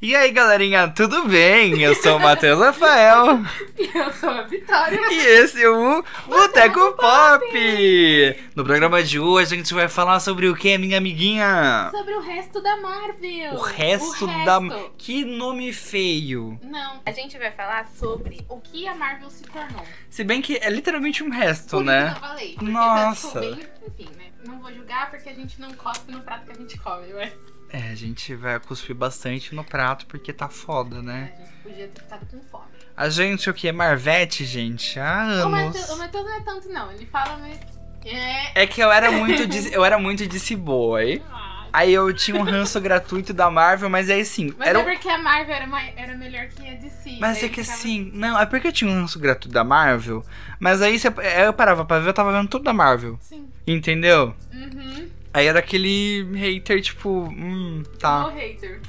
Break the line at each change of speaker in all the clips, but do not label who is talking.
E aí, galerinha, tudo bem? Eu sou o Matheus Rafael
E eu sou a Vitória.
e esse é o Boteco Pop! No programa de hoje a gente vai falar sobre o que, minha amiguinha?
Sobre o resto da Marvel.
O resto,
O resto.
da. Que nome feio!
Não, a gente vai falar sobre o que a Marvel se tornou.
Se bem que é literalmente um resto,
Por isso
né?
que eu falei. Porque
Nossa.
Tá, tipo, bem, enfim, né? Não vou julgar porque a gente não cospe no prato que a gente come, mas
É, a gente vai cuspir bastante no prato porque tá foda, né?
a gente podia ter ficado com fome.
A gente, o que? Marvete, gente? Há
O
anos.
Matheus o Matheus não é tanto, não. Ele fala, mas. É.
É que eu era muito de, eu era muito DC boy.
Ah,
Aí eu tinha um ranço gratuito da Marvel, mas aí sim,
Mas
era
é
um-
porque a Marvel era, mai- era melhor que a DC.
mas
né?
é que
Ficava-
assim, não, é porque eu tinha um ranço gratuito da Marvel, mas aí se eu, aí eu parava pra ver, eu tava vendo tudo da Marvel,
Sim.
entendeu?
assim, Uhum.
Aí era aquele hater, tipo, hum, tá.
O hater.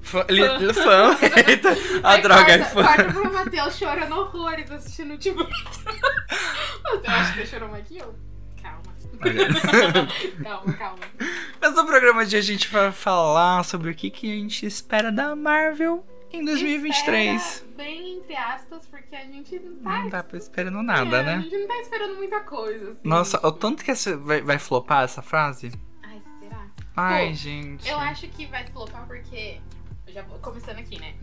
Fã, li, li- fã hater. A
Aí
droga é
corta,
fã.
Corta pro Matheus chorando horrores assistindo o Tiburito. Matheus, acho que você chorou mais que eu. Calma. calma, calma.
Mas no programa de hoje a gente vai falar sobre o que, que a gente espera da Marvel em 2023.
Espera bem entre aspas, porque a gente não tá
Não dá pra esperando Hum. nada,
esperando, A
né?
gente não tá esperando muita coisa. assim.
Nossa, o tanto que essa, vai, vai flopar essa frase.
Ai, será?
Ai,
Pô,
gente.
Eu acho que vai flopar porque. Eu já vou começando aqui, né?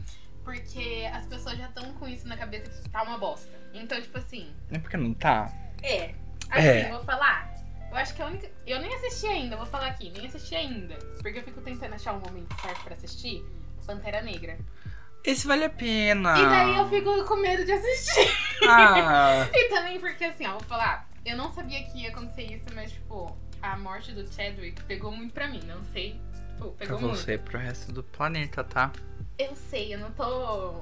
Porque as pessoas já estão com isso na cabeça que tá uma bosta. Então, tipo assim.
É porque não tá.
É. Assim,
É.
eu vou falar. Eu acho que a única. Eu nem assisti ainda, vou falar aqui, nem assisti ainda. Porque eu fico tentando achar um momento certo pra assistir. Pantera Negra.
Esse vale a pena.
E daí eu fico com medo de assistir.
Ah,
E também porque assim, ó, vou falar. Eu não sabia que ia acontecer isso, mas, tipo, a morte do Chadwick pegou muito pra mim. Não sei. Tipo,
pra
pegou muito.
você, pro resto do planeta, tá?
Eu sei, eu não tô.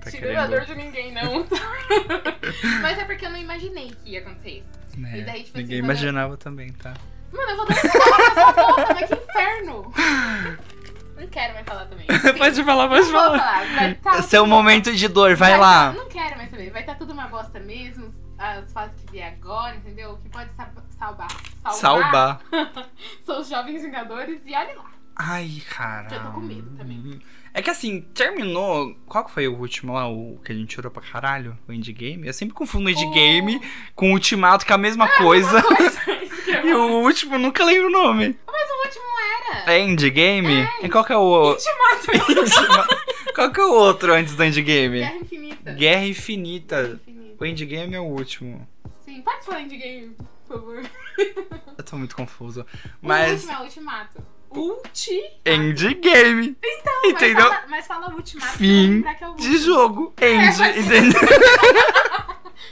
Tá
tirando a dor de ninguém, não. mas é porque eu não imaginei que ia acontecer isso.
É,
E daí, tipo assim,
Ninguém
quando eu-
imaginava também, tá?
Mano, eu vou dar um soco nessa porra, mas que inferno! Não quero mais falar também.
pode falar,
Não vou falar, vai tá-
é Seu momento de dor, vai
vai
lá.
tá- Não quero mais saber, vai estar tudo uma bosta mesmo. As fases que vier agora, entendeu? O que pode sa- salvar. Salvar.
Salvar.
São os jovens vingadores e olha lá.
Ai, cara.
Eu tô com medo também.
É que assim, terminou. Qual que foi o último lá? O que a gente tirou pra caralho? O endgame? Eu sempre confundo
Oh.
endgame com ultimato, que é a mesma coisa. E
o...
o último, nunca lembro o nome.
último era.
É Endgame? E qual que é o.
Ultimato.
qual que é o outro antes do Endgame?
Guerra Infinita.
Guerra Infinita.
Infinita.
O Endgame é o último.
Sim, pode falar de game, por favor.
Eu tô muito confuso.
O
Mas.
último é o ultimato. Ulti.
Endgame
Então, Mas tá
Entendeu?
fala, mas fala ultimato. pra
Fim
lembrar que é o
de
último.
jogo. End.
mas- assim,
Entendeu?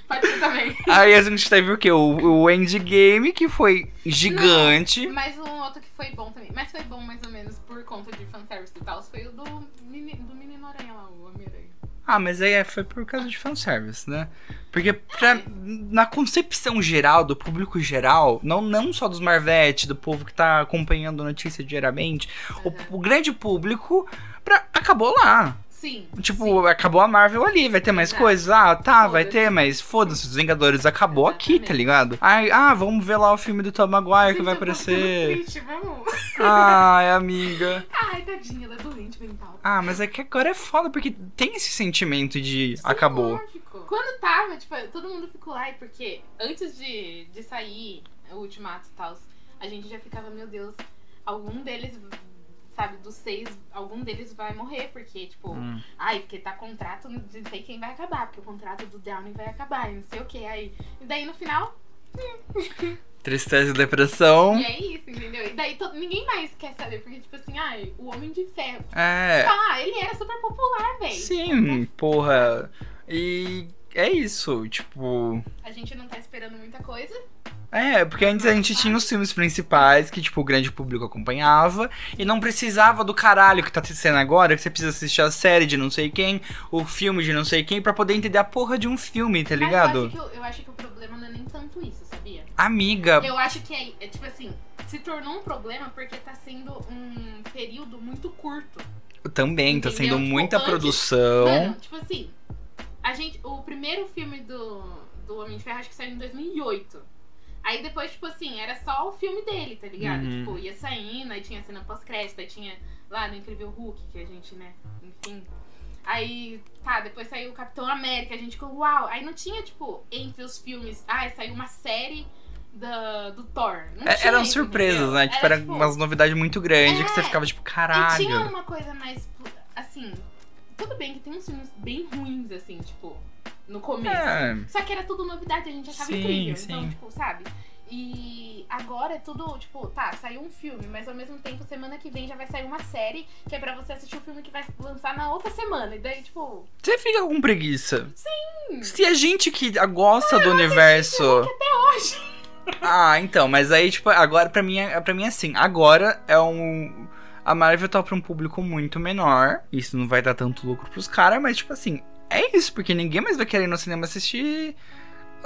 Pode ser também.
Aí a gente teve o quê? O, o Endgame, que foi gigante.
Mas um outro que foi bom também. Mas foi bom mais ou menos por conta de fanservice e tal. Foi o do, meni- do menino aranha lá, o Homem-Aranha.
Ah, mas aí é- foi por causa de fanservice, né? Porque pra- na concepção geral, do público geral, não, não só dos Marvete, do povo que tá acompanhando notícia diariamente,
Uhum.
o, o grande público pra- acabou lá.
Sim.
Tipo,
sim.
acabou a Marvel ali, vai ter mais
Exato.
coisas. Ah, tá, vai
Foda-se.
ter, mas foda-se, os Vingadores acabou aqui, tá
Exatamente.
ligado? Ai, ah, vamos ver lá o filme do Tom Maguire que vai
Gente, eu tô ficando
aparecer.
Triste, vamos.
Ai, amiga.
Ai, tadinha, ela é doente mental.
Ah, mas é que agora é foda, porque tem esse sentimento de acabou.
Lógico. Quando tava, tipo, todo mundo ficou lá, porque antes de, de sair o ultimato e tal, a gente já ficava, meu Deus, algum deles, sabe, dos seis, algum deles vai morrer, porque, tipo,
Hum.
ai, porque tá contrato, não sei quem vai acabar, porque o contrato do Downey vai acabar, e não sei o que, aí. E daí no final,
Tristeza e depressão.
e é isso, entendeu? E daí todo, ninguém mais quer saber, porque, tipo assim, ai, o Homem de Ferro.
É.
Ah, ele era super popular, velho.
Sim, porra. E é isso, tipo.
A gente não tá esperando muita coisa.
É, porque antes a gente tinha os filmes principais que, tipo, o grande público acompanhava. E não precisava do caralho que tá sendo agora, que você precisa assistir a série de não sei quem, o filme de não sei quem, pra poder entender a porra de um filme, tá
Mas eu
ligado?
acho que o- eu acho que o problema não é nem tanto isso, sabia?
Amiga,
Eu acho que é, é tipo assim, se tornou um problema porque tá sendo um período muito curto.
também tá
Entendeu?
sendo
Tipo,
muita
antes-
produção.
Mano, tipo assim, a gente, o primeiro filme do, do Homem de Ferro acho que saiu em 2008. Aí depois, tipo assim, era só o filme dele, tá ligado?
Uhum.
Tipo, ia saindo, aí tinha cena pós-crédito, aí tinha lá no Incrível Hulk, que a gente, né, enfim. Aí, tá, depois saiu o Capitão América, a gente ficou, uau! Aí não tinha, tipo, entre os filmes, ah, saiu uma série da, do Thor. Não
É,
tinha
eram
isso,
surpresas,
entendeu?
né? Tipo, era, umas novidades muito grandes que você
É.
ficava tipo,
E tinha
caralho.
uma coisa mais, pu- assim, tudo bem que tem uns filmes bem ruins, assim, tipo, no começo.
É,
Só que era tudo novidade, a gente achava
Sim,
incrível.
sim.
Então, tipo, sabe? E agora é tudo, tipo, tá, saiu um filme, mas ao mesmo tempo, semana que vem já vai sair uma série, que é pra você assistir o filme que vai lançar na outra semana. E daí, tipo,
você fica com preguiça.
Sim.
Se a gente que gosta do universo.
hoje.
Ah, então, mas aí, tipo, agora pra mim, é, pra mim é assim. Agora é um. A Marvel tá pra um público muito menor. Isso não vai dar tanto lucro pros caras, mas, tipo assim, é isso, porque ninguém mais vai querer ir no cinema assistir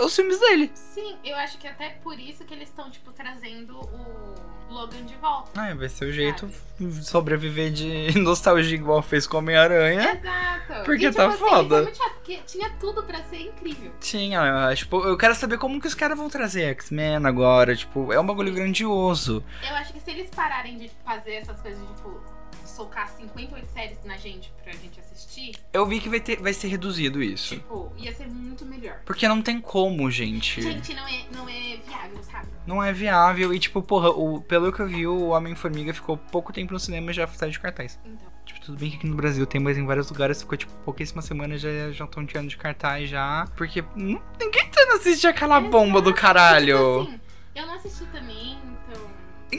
os filmes dele.
Sim, eu acho que até por isso que eles estão, tipo, trazendo o Logan de volta.
Ah, vai ser o jeito de sobreviver de nostalgia igual fez com Homem-Aranha.
Exato.
É? Porque
e, tipo,
tá
assim,
foda.
realmente, ah, Porque tinha tudo pra ser incrível.
Sim, ah, tipo, eu quero saber como que os caras vão trazer X-Men agora. Tipo, é um bagulho grandioso.
Eu acho que se eles pararem de fazer essas coisas de, tipo, socar 58 séries na gente pra gente assistir,
Eu vi que vai, ter, vai ser reduzido isso.
tipo, ia ser muito melhor.
Porque não tem como, gente.
Gente, não é, não é viável, sabe?
Não é viável. E, tipo, porra, o, pelo que eu vi, o Homem-Formiga ficou pouco tempo no cinema e já saiu de cartaz.
Então,
Tipo, tudo bem que aqui no Brasil tem, mas em vários lugares ficou, tipo, pouquíssimas semanas já já estão tirando de cartaz já. Porque não- ninguém tá indo assistir aquela bomba do caralho.
Tipo assim, eu não assisti também, então.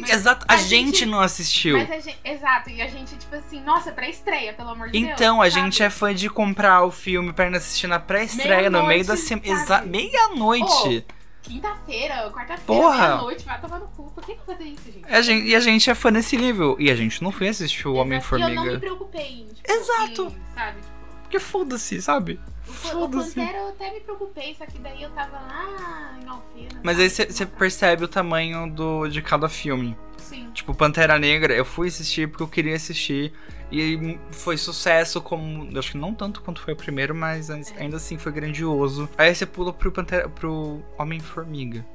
mas-
Exato, a
a
gente
gente-
não assistiu.
Mas a gente, exato, e a gente, tipo assim, nossa, pra estreia, pelo amor de Deus.
Então, a gente é fã de comprar o filme pra ir assistir na pré-estreia, no meio da
Meia-noite,
semana.
sabe?
Meia-noite.
Quinta-feira, quarta-feira,
Porra!
meia-noite, vai tomar no cu. Por que que fazer isso, gente?
A gente- e a gente é fã nesse nível. E a gente não foi assistir o
Exato, E eu não me
Homem-Formiga.
preocupei. em, Tipo,
Exato.
em, sabe? Tipo,
Porque foda-se, sabe?
o Pan- o
Foda-se.
Pantera eu até me preocupei, só que daí eu tava lá em Alfena.
Mas
sabe?
aí você percebe o tamanho do, de cada filme.
Sim.
Tipo, Pantera Negra, eu fui assistir porque eu queria assistir. E foi sucesso como. Acho que não tanto quanto foi o primeiro, mas an-
É.
ainda assim foi grandioso. Aí você pula pro, Pantera, pro Homem-Formiga.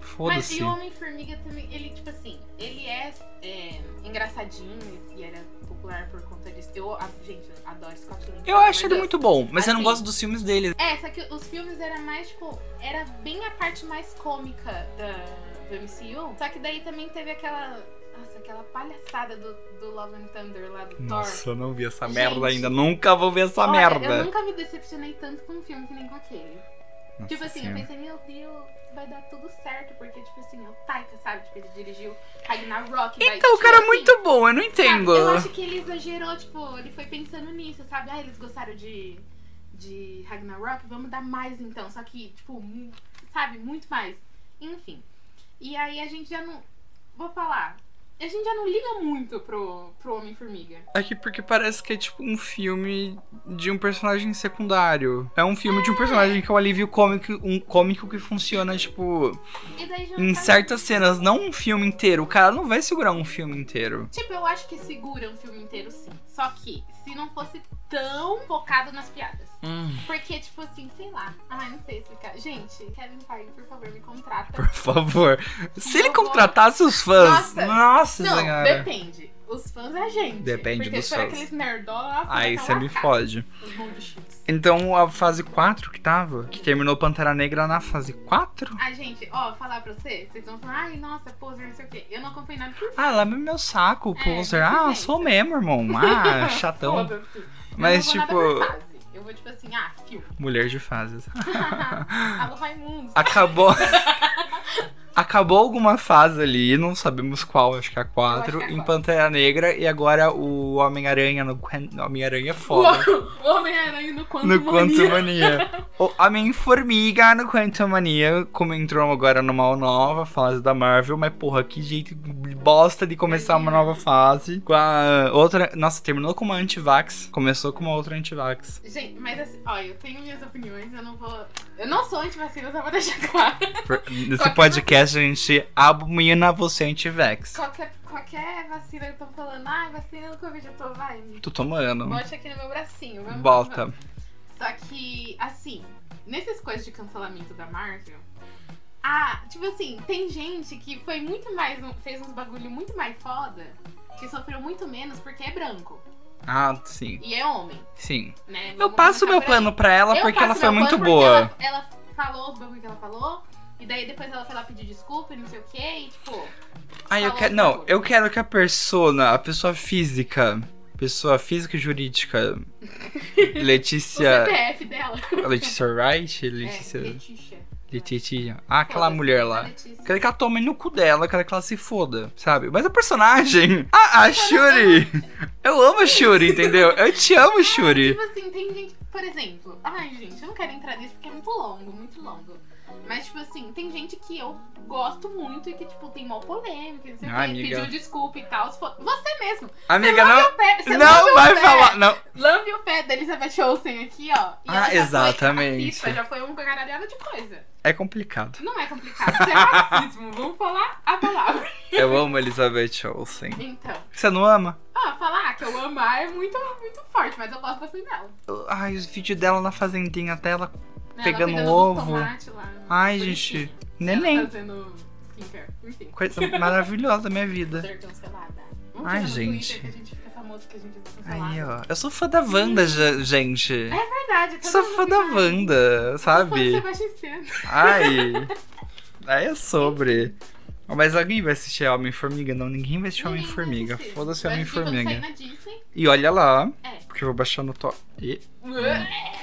Mas
Foda-se.
e o Homem-Formiga também, ele, tipo assim, ele é, é, engraçadinho e era popular por conta disso. Eu, a- gente, eu adoro Scott Lang.
Eu
pelo
acho
amor
ele
de Deus.
muito bom, mas eu não
Assim.
gosto dos filmes dele.
É, só que os filmes era mais, tipo, era bem a parte mais cômica da, do MCU. Só que daí também teve aquela. Nossa, aquela palhaçada do, do Love and Thunder lá do Thor.
eu não vi essa
Gente.
Nunca vou ver essa
Olha, Eu nunca me decepcionei tanto com um filme que nem com aquele.
Nossa
Tipo assim, eu
Senhora.
pensei, meu Deus, vai dar tudo certo, porque, tipo assim, é o Taika, sabe? Tipo, ele dirigiu Ragnarok. vai-
Então, o
tipo
cara é
assim,
muito bom, eu não entendo.
Sabe, eu acho que ele exagerou, tipo, ele foi pensando nisso, sabe? Ah, eles gostaram de, de Ragnarok, vamos dar mais então. Só que, tipo, mu- sabe, muito mais. Enfim. E aí a gente já não. Vou falar. A gente já não liga muito pro, pro Homem-Formiga.
Aqui porque parece que é tipo um filme de um personagem secundário. É um filme de um personagem que é um alívio cômico, um cômico que funciona, tipo,
E daí já tá
em
faz-
certas cenas, não um filme inteiro. O cara não vai segurar um filme inteiro.
Tipo, eu acho que segura um filme inteiro sim. Só que, se não fosse tão focado nas piadas.
Hum.
Porque, tipo assim, sei lá. Ai, não sei explicar. Gente, Kevin Feige, por favor, me contrata.
Por favor. Se ele
Não vou-
contratasse os fãs.
Nossa.
Nossa,
Não,
senhora.
depende. Os fãs é a gente.
Depende
Porque
dos
se for
fãs.
aqueles nerdola lá,
Aí
fica
você me
lascado.
fode.
Os bullshits.
Então a fase 4 que tava, que terminou Pantera Negra na fase 4?
Ai, Ah, gente, ó, falar pra você, vocês vão falar, ai, nossa, poser, não sei o quê. Eu não acompanho nada por
Ah, lá no meu saco, o
É,
poser.
não
Ah,
tem
sou
jeito.
mesmo, irmão. Ah, chatão.
Foda-se. Eu
Mas,
não vou
tipo,
Nada por fase. Eu vou, tipo assim, ah, filme.
mulher de fases.
Alô, Raimundo.
Acabou. Acabou alguma fase ali, não sabemos qual, acho que é a
Eu
4,
acho que é a
em
quatro.
Pantera Negra e agora o Homem-Aranha no Quen- Homem-Aranha é foda.
O Homem-Aranha no quanto
No Quantum Mania. O Homem-Formiga no Quantum Mania, como entrou agora numa nova fase da Marvel, mas porra, que jeito bosta de começar uma nova fase. Com a outra. Nossa, terminou com uma anti-vax, começou com uma outra anti-vax.
Gente, mas assim, ó, eu tenho minhas opiniões, eu não vou. Eu não sou antivacina, eu só vou deixar claro.
Por- Nesse
Qualquer
podcast a gente abomina você anti-vax.
Qualquer, qualquer vacina eu tô falando, ai, vacina do Covid, eu tô, vai, me
Tô tomando.
bote aqui no meu bracinho, vamos
Bota.
Só que, assim, nessas coisas de cancelamento da Marvel, ah, tipo assim, tem gente que foi muito mais, um- fez uns bagulho muito mais foda que sofreu muito menos porque é branco
Ah, sim.
e é homem,
Sim.
né?
Eu
Vamos
passo
começar
meu
por aí.
pano pra ela
Eu
porque
passo
ela
meu
foi
pano
muito
porque
boa.
Ela, ela falou o bagulho que ela falou. E daí depois ela foi lá pedir desculpa e não sei o que. E tipo,
Ah, eu quero.
falou outra
Não,
coisa.
eu quero que a persona, a pessoa física, pessoa física e jurídica,
o
Letícia.
CPF dela.
Letícia Wright?
É,
É, Letícia.
Letícia.
Letícia. Ah, aquela
Foda-se,
mulher
a
lá.
Letícia.
Quero que ela tome no cu dela, quero que ela se foda, sabe? Mas a personagem. A, a Shuri! Eu amo a Shuri, entendeu? Eu te amo, Shuri.
Tipo assim, tem gente, por exemplo, ai gente, eu não quero entrar nisso porque é muito longo, muito longo. Mas, tipo assim, tem gente que eu gosto muito e que, tipo, tem mó polêmica, não sei
Ah,
o quê,
amiga.
pediu desculpa e tal. se for- Você mesmo.
Amiga,
lambe
não.
o pé- você é. lambe
Não
o
vai
pé.
falar. Não.
Lambe o pé da Elizabeth Olsen aqui, ó. E
Ah,
ela já foi
exatamente.
racista, já foi uma caralhada de coisa.
É complicado.
Não é complicado, isso é racismo. Vamos falar a palavra.
Eu amo Elizabeth Olsen.
Então,
Você não ama?
ó, falar que eu amar é muito, muito forte, mas eu gosto bastante dela.
Ai, os vídeos dela na fazendinha até ela.
Né,
Pegando
ela
um
dos
ovo.
tomates Lá,
Ai,
bonitinha.
gente.
Ela tá
Neném.
fazendo skincare. Enfim,
Coisa maravilhosa da minha vida.
ser cancelada. né. Vamos
Ai,
tirar no Twitter
gente.
Que a gente fica famoso, que a gente é cancelado.
Aí, ó. Eu sou fã da Wanda, ge- gente.
É verdade. todo
Sou
mundo
fã da
fala.
Wanda,
Fã do
sabe?
Sebastião Stan.
Ai. Aí é sobre. Ó, Mas alguém vai assistir Homem-Formiga? Não, ninguém vai assistir
Ninguém vai
Homem-Formiga.
assistir.
Foda-se
Vai assistir né? quando sair
Homem-Formiga.
na Disney.
E olha lá,
É.
porque eu vou baixar no top. E- Hum.
Ué.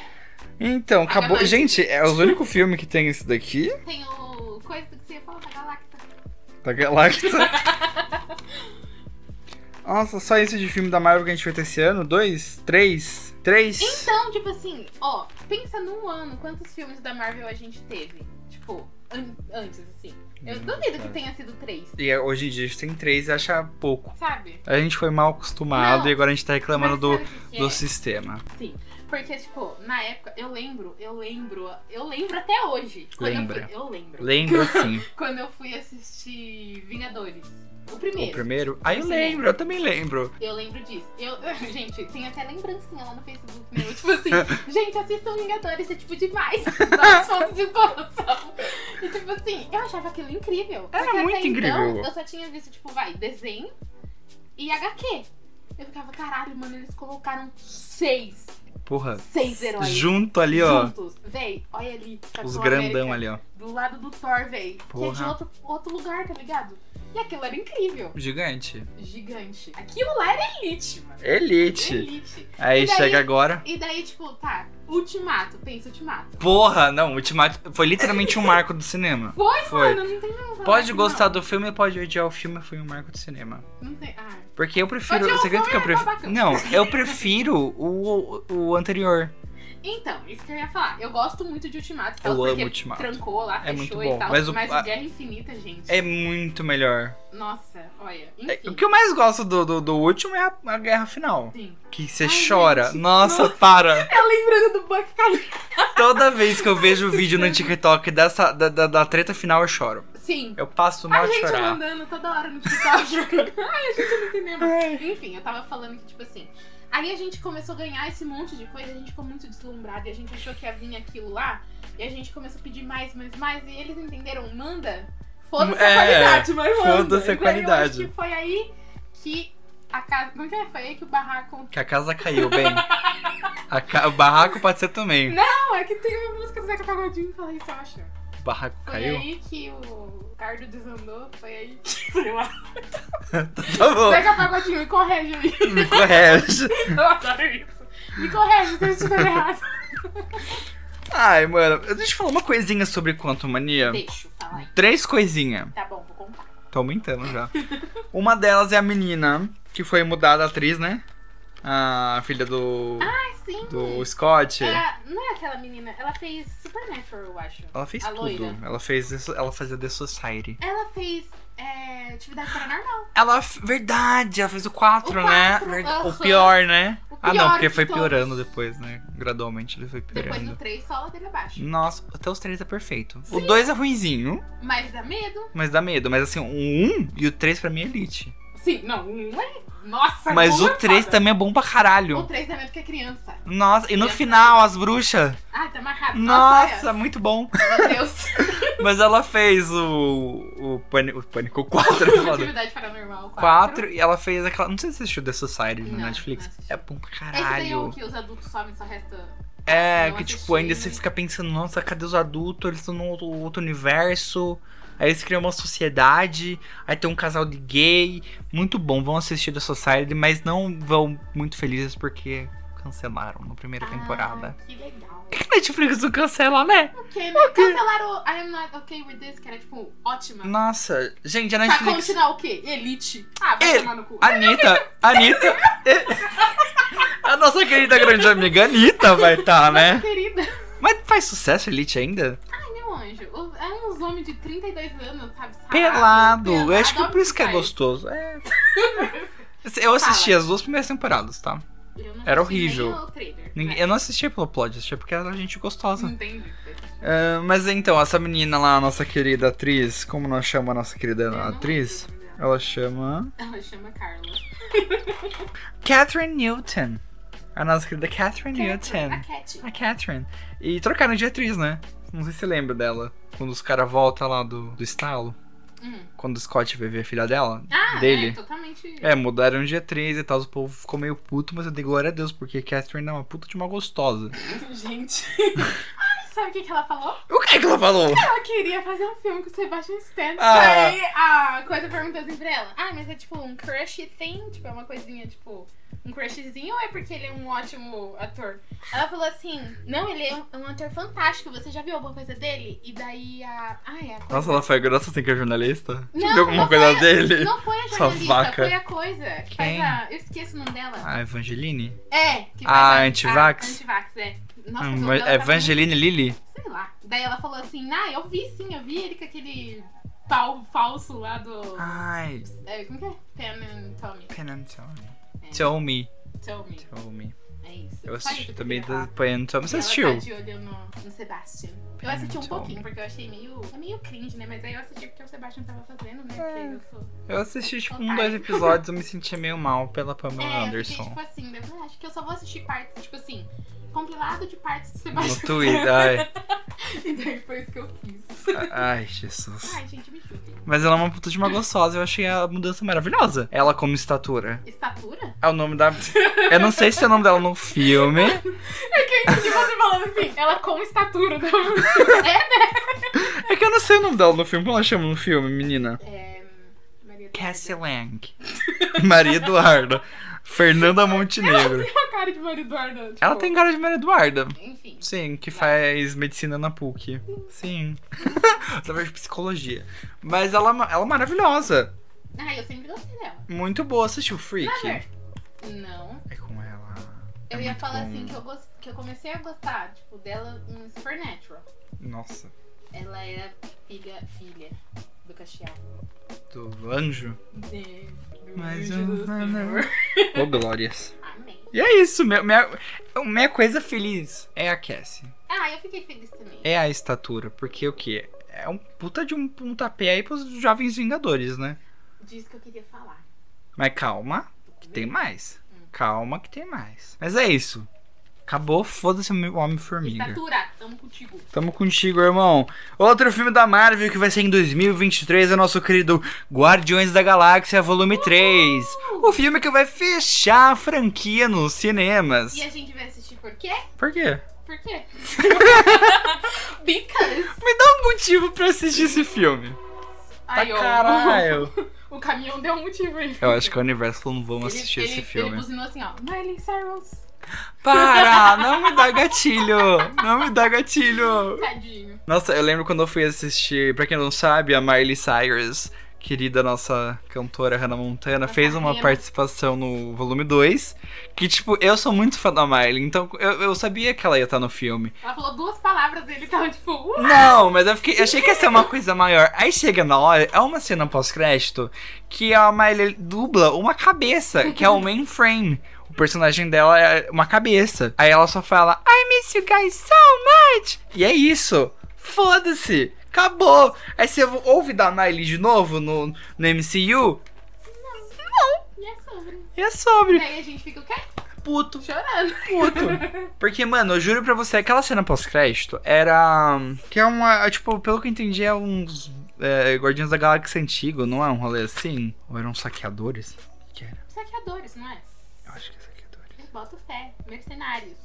Então, acabou.
Galáctica.
Gente, é o único filme que tem esse daqui.
Tem o coisa que você ia falar da Galacta.
Da Galacta. Nossa, só esse de filme da Marvel que a gente vai ter esse ano? Dois? Três? Três?
Então, tipo assim, ó, pensa num ano quantos filmes da Marvel a gente teve. Tipo, an- antes, assim. Eu
Hum,
duvido que
tá.
tenha sido três,
E é, hoje em dia a gente tem três e acha pouco.
sabe?
A gente foi mal acostumado
Não,
e agora a gente tá reclamando
Mas
do,
sabe o que que
do
é?
sistema.
Sim. Porque, tipo, na época, eu lembro, eu lembro, eu lembro até hoje. Quando
Lembra.
Eu, fui, eu lembro.
Lembra assim,
Quando eu fui assistir Vingadores. O
o
primeiro.
primeiro? Aí eu
Sim.
lembro, eu também lembro.
Eu lembro disso. Eu, gente, tem até lembrancinha lá no Facebook meu. Tipo assim, gente, assistam Vingadores, é tipo demais. Várias fotos de produção. E tipo assim, eu achava aquilo incrível.
Era
porque
muito
até
incrível.
Então, eu só tinha visto, tipo, vai, desenho e HQ. Eu ficava, caralho, mano, eles colocaram seis.
Porra.
Seis heróis.
Junto ali, ó.
Juntos. Véi, olha ali.
Os grandão ali, ó.
Do lado do Thor, véi. Que é de
Porra.
outro, outro lugar, tá ligado? E aquilo era incrível.
Gigante.
Gigante. Aquilo lá era elite, mano.
Elite.
Elite.
Aí
E daí-
chega agora.
E daí, tipo, tá, ultimato, pensa ultimato.
Porra, não, Ultimato foi literalmente um marco do cinema.
Foi,
Foi.
mano, não tem como falar
Pode
que
gostar do filme, pode odiar o filme, foi um marco do cinema.
Não, não tem. Ah,
Porque eu prefiro.
Odiar o
Você acredita que eu
filme é
prefiro.
babacão.
Não, eu prefiro o, o, o anterior.
Então, isso que eu ia falar. Eu gosto muito de ultimato, tal,
Eu
porque
amo Ultimato.
trancou lá,
É muito
fechou
bom,
e tal.
mas
Mas
o-
o,
a-
Guerra Infinita, gente.
É muito melhor.
Nossa, olha.
É,
Enfim.
O que eu mais gosto do, do, do último é a, a guerra final.
Sim.
Que você
Ai,
chora.
gente,
Nossa, para!
Eu lembrando do Buck caindo.
Toda vez que eu vejo o vídeo no TikTok dessa, da, da, da treta final, eu choro.
Sim.
Eu passo mal
A
a
gente
chorar.
mandando toda hora no TikTok. Ai, a gente não tem mesmo.
Ai.
Enfim, eu tava falando que, tipo assim. Aí a gente começou a ganhar esse monte de coisa, a gente ficou muito deslumbrado e a gente achou que ia vir aquilo lá. E a gente começou a pedir mais, mais, mais. E eles entenderam, manda. Foda-se
É,
a qualidade, mas manda.
foda-se a
E daí eu acho
qualidade.
que foi aí que a casa. Como que é? Foi aí que o barraco.
Que a casa caiu, bem. A ca- O barraco pode ser também.
Não, é que tem uma música do Zeca Pagodinho que fala isso, eu acho.
O barraco
Foi
caiu?
aí que o Cardo desandou, foi aí que. Sei lá.
Tá bom.
Zeca Pagodinho, me correge aí.
Me correge.
Eu adoro isso. Me correge se eu estiver errado.
Ai, mano. Deixa eu falar uma coisinha sobre Quantum Mania.
Deixa eu falar aí.
Três coisinhas.
Tá bom, vou contar.
Tô aumentando já. Uma delas é a menina que foi mudada a atriz, né? A filha do.
Ah, sim.
do Scott.
É, não é aquela menina, ela fez Supernatural, eu acho.
Ela fez
A
tudo.
loira.
Ela fez isso- ela fazia The Society.
Ela fez é, Atividade Paranormal.
Ela f- verdade, ela fez o 4,
O
né?
quatro,
Verda-
aham.
O pior, né?
O
ah, não,
pior
porque
de
foi
todos.
piorando depois, né? Gradualmente ele foi
Depois
piorando.
do 3, só ela dele abaixo.
Nossa, até os três é perfeito. O dois é ruinzinho,
Mas dá medo?
mas dá medo. Mas assim, o um e o três pra mim é elite.
Sim, não, um é. Nossa,
mas
como
o
é
três
foda.
também é bom pra caralho.
O 3 dá medo que é criança.
Nossa, e no
Criança.
final, as bruxas.
Ah, tá marcado.
Nossa, muito bom.
olha, Meu Deus.
Mas ela fez o. O, Pani- o Pânico 4, é foda.
Atividade Paranormal 4.
4 e ela fez aquela. Não sei se você assistiu The Society
Não,
na Netflix.
não assisti.
É bom pra
Esse daí é o
caralho.
que os adultos somem, só resta...
É,
não
que
assisti,
tipo, ainda você
mas-
fica pensando, nossa, cadê os adultos? Eles estão num outro, outro universo. Aí eles criam uma sociedade. Aí tem um casal de gay. Muito bom, vão assistir The Society, mas não vão muito felizes porque cancelaram na primeira temporada.
Ah, que legal.
Netflix não cancela, né?
Porque né, cancelaram o I'm Not Okay With This, que era, tipo, ótima.
Nossa, gente, a
Pra
é Netflix.
continuar o quê? Elite. Ah, vai
Ele-
tomar no cu.
Anitta, Anitta. A nossa querida grande amiga Anitta vai estar, né?
Querida.
Mas faz sucesso Elite ainda?
Ai, meu anjo. o- É uns homens de 32 anos, sabe? sarado,
Pelado. Eu acho que
Ah, adoro
por isso que é
faz.
gostoso. É. Eu assisti as duas primeiras temporadas, tá?
Eu não
Era
assisti nem
horrível.
o trailer,
Ninguém- é
né?
Eu não assistia pelo plot, eu assistia porque era gente gostosa.
Entendi.
Ah, mas então, essa menina lá, a nossa querida atriz, como nós chamamos a nossa querida
Eu não
é atriz?
lembro o nome dela.
Ela chama.
Ela chama Carla.
Catherine Newton. A nossa querida Catherine Newton.
A Cat.
A Catherine. E trocaram de atriz, né? Não sei se você lembra dela. Quando os caras voltam lá do, do estalo.
Hum.
Quando o Scott vai ver a filha dela.
Ah,
Dele.
é totalmente...
É, mudaram de atriz e tal. O povo ficou meio puto, mas eu dei glória a Deus, porque Catherine é uma puta de uma gostosa.
Gente. Ai, sabe o que, que ela falou?
O que é que ela falou?
Ela queria fazer um filme com o Sebastian Stan.
Ah.
Aí a coisa perguntou assim pra ela. Ah, mas é tipo um crush thing? Tipo, é uma coisinha, tipo... Um crushzinho ou é porque ele é um ótimo ator? Ela falou assim, não, ele é um, um ator fantástico, você já viu alguma coisa dele? E daí a... Ai, a coisa...
Nossa, ela foi grossa assim que é jornalista? Você
Não,
viu alguma
não
coisa
foi-
dele?
Não foi a
Essa
jornalista,
vaca.
foi a coisa. Que faz
Quem? Ah.
a... Eu esqueço o nome dela.
A Evangeline?
É, que
Ah, antivax?
A, antivax, é. Nossa,
Hum,
o
mas-
dela tá
Evangeline Lilly?
muito- Sei lá. Daí ela falou assim, ah, eu vi sim, eu vi ele com aquele pau falso lá do...
Ah. Ai,
É, como que é? Pen and Tommy.
Pen and Tommy.
É,
Tell me,
Tell me.
tell me.
É isso.
Eu
Só isso
assisti
que
também
eu queria
da
falar.
Pen and Tommy. Você
Ela
assistiu?
Tá de olho no, no Sebastian. Eu
Pen
assisti
and
um
Tommy.
pouquinho, porque eu achei meio, é meio cringe, né? Mas aí eu assisti porque o Sebastian tava fazendo, né? Porque
É.
eu sou...
Eu assisti, tipo, um,
Otário.
dois episódios, eu me sentia meio mal pela Pamela
É, eu fiquei
Anderson.
tipo assim, daí eu falei, acho que eu só vou assistir partes, tipo assim, compilado de partes do
No
Sebastião.
Twitter, ai.
E daí foi isso que eu fiz.
Ai, Jesus.
Ai, gente, me julguem.
Mas ela é uma puta de uma gostosa, eu achei a mudança maravilhosa. Ela como estatura.
Estatura?
É o nome da. Eu não sei se é o nome dela no filme.
É que eu entendi você falando assim, ela com estatura. Né?
É que eu não sei o nome dela no filme. Como ela chama no filme, menina?
É. Maria do
Cassie Lang. Maria Eduarda. Fernanda Montenegro.
Tem uma cara de Maria Eduarda. Tipo,
Ela tem cara de Maria Eduarda.
Enfim.
Sim, que faz medicina na PUC. Sim. Através de psicologia. Mas ela, é ma- ela é maravilhosa.
Ah, eu sempre gostei dela.
Muito boa. Assistiu Freak?
Nada. Não.
É com ela.
Eu
É
ia
muito
falar
bom.
assim que eu, gost... que eu comecei a gostar, tipo, dela em Supernatural.
Nossa.
Ela era filha, filha do Cacheal.
Do anjo?
De- do
Mas
anjo do
eu- não, não.
Senhor.
Ô, Oh, glórias.
Amém.
E é isso. Minha, minha, minha coisa feliz é a Cassie.
Ah, eu fiquei feliz também.
É a estatura. Porque o quê? É um puta de um pontapé aí pros jovens vingadores, né?
Disso que eu queria falar.
Mas calma, que tem mais. Calma que tem mais. Mas é isso. Acabou, foda-se o Homem-Formiga.
Estatura, tamo contigo.
Tamo contigo, irmão. Outro filme da Marvel que vai ser em 2023 é o nosso querido Guardiões da Galáxia Volume 3. O filme que vai fechar a franquia nos cinemas.
E é- a gente vai assistir por quê?
Por quê?
Por quê? Because.
Me dá um motivo pra assistir esse filme.
Ai, ó,
pra Tá caralho.
O caminhão deu um motivo aí.
Eu acho que o universo falou, não vão
ele,
assistir
ele,
esse filme.
Ele buzinou assim, ó. Miley Cyrus.
Para! Não me dá gatilho! Não me dá gatilho!
Tadinho.
Nossa, eu lembro quando eu fui assistir, pra quem não sabe, a Miley Cyrus, querida nossa cantora Hannah Montana,
Nossa
fez uma
prima.
participação no volume 2. Que, tipo, eu sou muito fã da Miley, então eu, eu sabia que ela ia estar no filme.
Ela falou duas palavras dele tava tipo... Uh,
Não, mas eu, fiquei, eu achei que ia ser uma coisa maior. Aí chega na hora, é uma cena pós-crédito que a Miley dubla uma cabeça, que é o mainframe. O personagem dela é uma cabeça. Aí ela só fala, I miss you guys so much. E é isso. Foda-se. Acabou. Aí você ouve da Miley de novo no, no MCU.
e é sobre.
E é sobre.
Daí a gente fica o quê?
puto,
Chorando.
puto. Porque, mano, eu juro pra você, aquela cena pós-crédito era. Que é uma. Tipo, pelo que eu entendi, é uns. É, Guardiões da Galáxia antigo, não é um rolê assim? Ou eram saqueadores? O que era?
Saqueadores, não é?
Eu acho que é saqueadores.
Eu boto fé. Mercenários.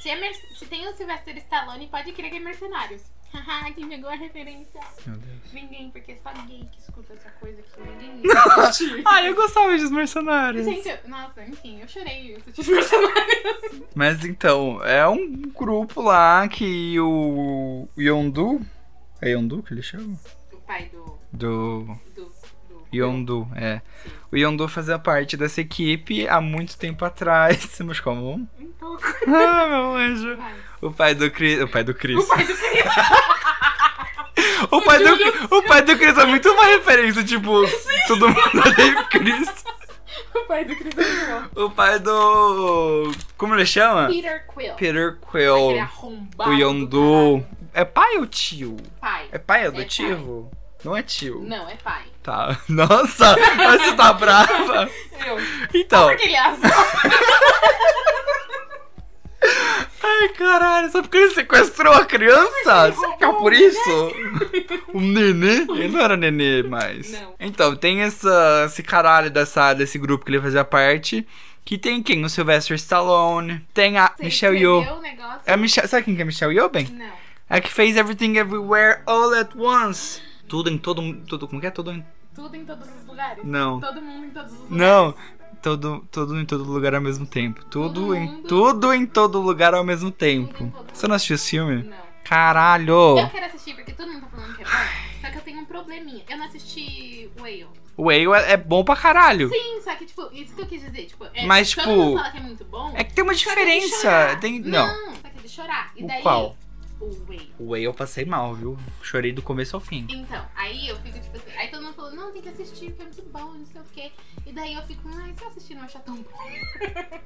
Se, é mer- se tem o Sylvester Stallone, pode crer que é mercenários. Haha, quem pegou a referência?
Meu Deus.
Ninguém, porque é só gay que escuta essa coisa aqui. Ninguém.
Ah, eu gostava dos mercenários.
Gente, eu- nossa, enfim, eu chorei tipo, assistindo mercenários.
Mas então, é um grupo lá que o Yondu. É Yondu que ele chama?
O pai do.
Do.
do, do
Yondu, é. O Yondu fazia parte dessa equipe há muito tempo atrás. Se machucou a mão?
Um pouco.
Ah, meu anjo.
Vai.
O pai do Chris. O pai do Chris.
O pai do Cris.
O pai do, o pai do Chris é muito uma referência, tipo, todo mundo odeia o Chris.
O pai do Cris é muito bom.
O pai do. Como ele chama?
Peter Quill.
Ah. Peter
Aquele
Quill.
arrombado
O
do
Yondu. É pai ou tio?
caralho. Pai.
É pai adotivo? Não é tio.
Não, é pai.
Tá. Nossa, mas você tá brava.
Eu.
Então.
Porque ele é azul.
Ai, caralho, só porque ele sequestrou a criança? Será que é
né?
por isso? O nenê? Ele não era nenê mais.
Não.
Então, tem essa, esse caralho dessa, desse grupo que ele fazia parte. Que tem quem? O Sylvester Stallone. Tem a
Você
Michelle
escreveu
Yeoh.
o negócio?
É a Michelle, sabe quem que é a Michelle Yeoh, bem?
Não.
É a que fez Everything Everywhere All At Once. Tudo em todo... Tudo, como que é? Tudo em...
Tudo em todos os lugares.
Não.
Todo mundo em todos os lugares.
Não. Todo, todo em todo lugar ao mesmo tempo. Tudo
Todo
em...
mundo.
Tudo em todo lugar ao mesmo
em
tempo.
todo
Você não assistiu esse filme?
Não.
Caralho!
Eu quero assistir porque todo mundo tá falando que é bom. Só que eu tenho um probleminha. Eu não assisti Whale.
O Whale é, é bom pra caralho.
Sim, só que, tipo, isso que eu quis dizer. Tipo, é,
Mas,
todo
tipo,
mundo fala que é muito bom.
É que tem uma
só que é de
diferença.
chorar.
Tem, não.
não. só que é de chorar. E
O
daí.
qual?
O Whale.
O Whale eu passei mal, viu? Chorei do começo ao fim.
Então, aí eu fico tipo assim. Aí todo mundo falou, não, tem que assistir, porque é muito bom, não sei o quê. E daí eu fico, ai, se eu assistir não achar tão bom.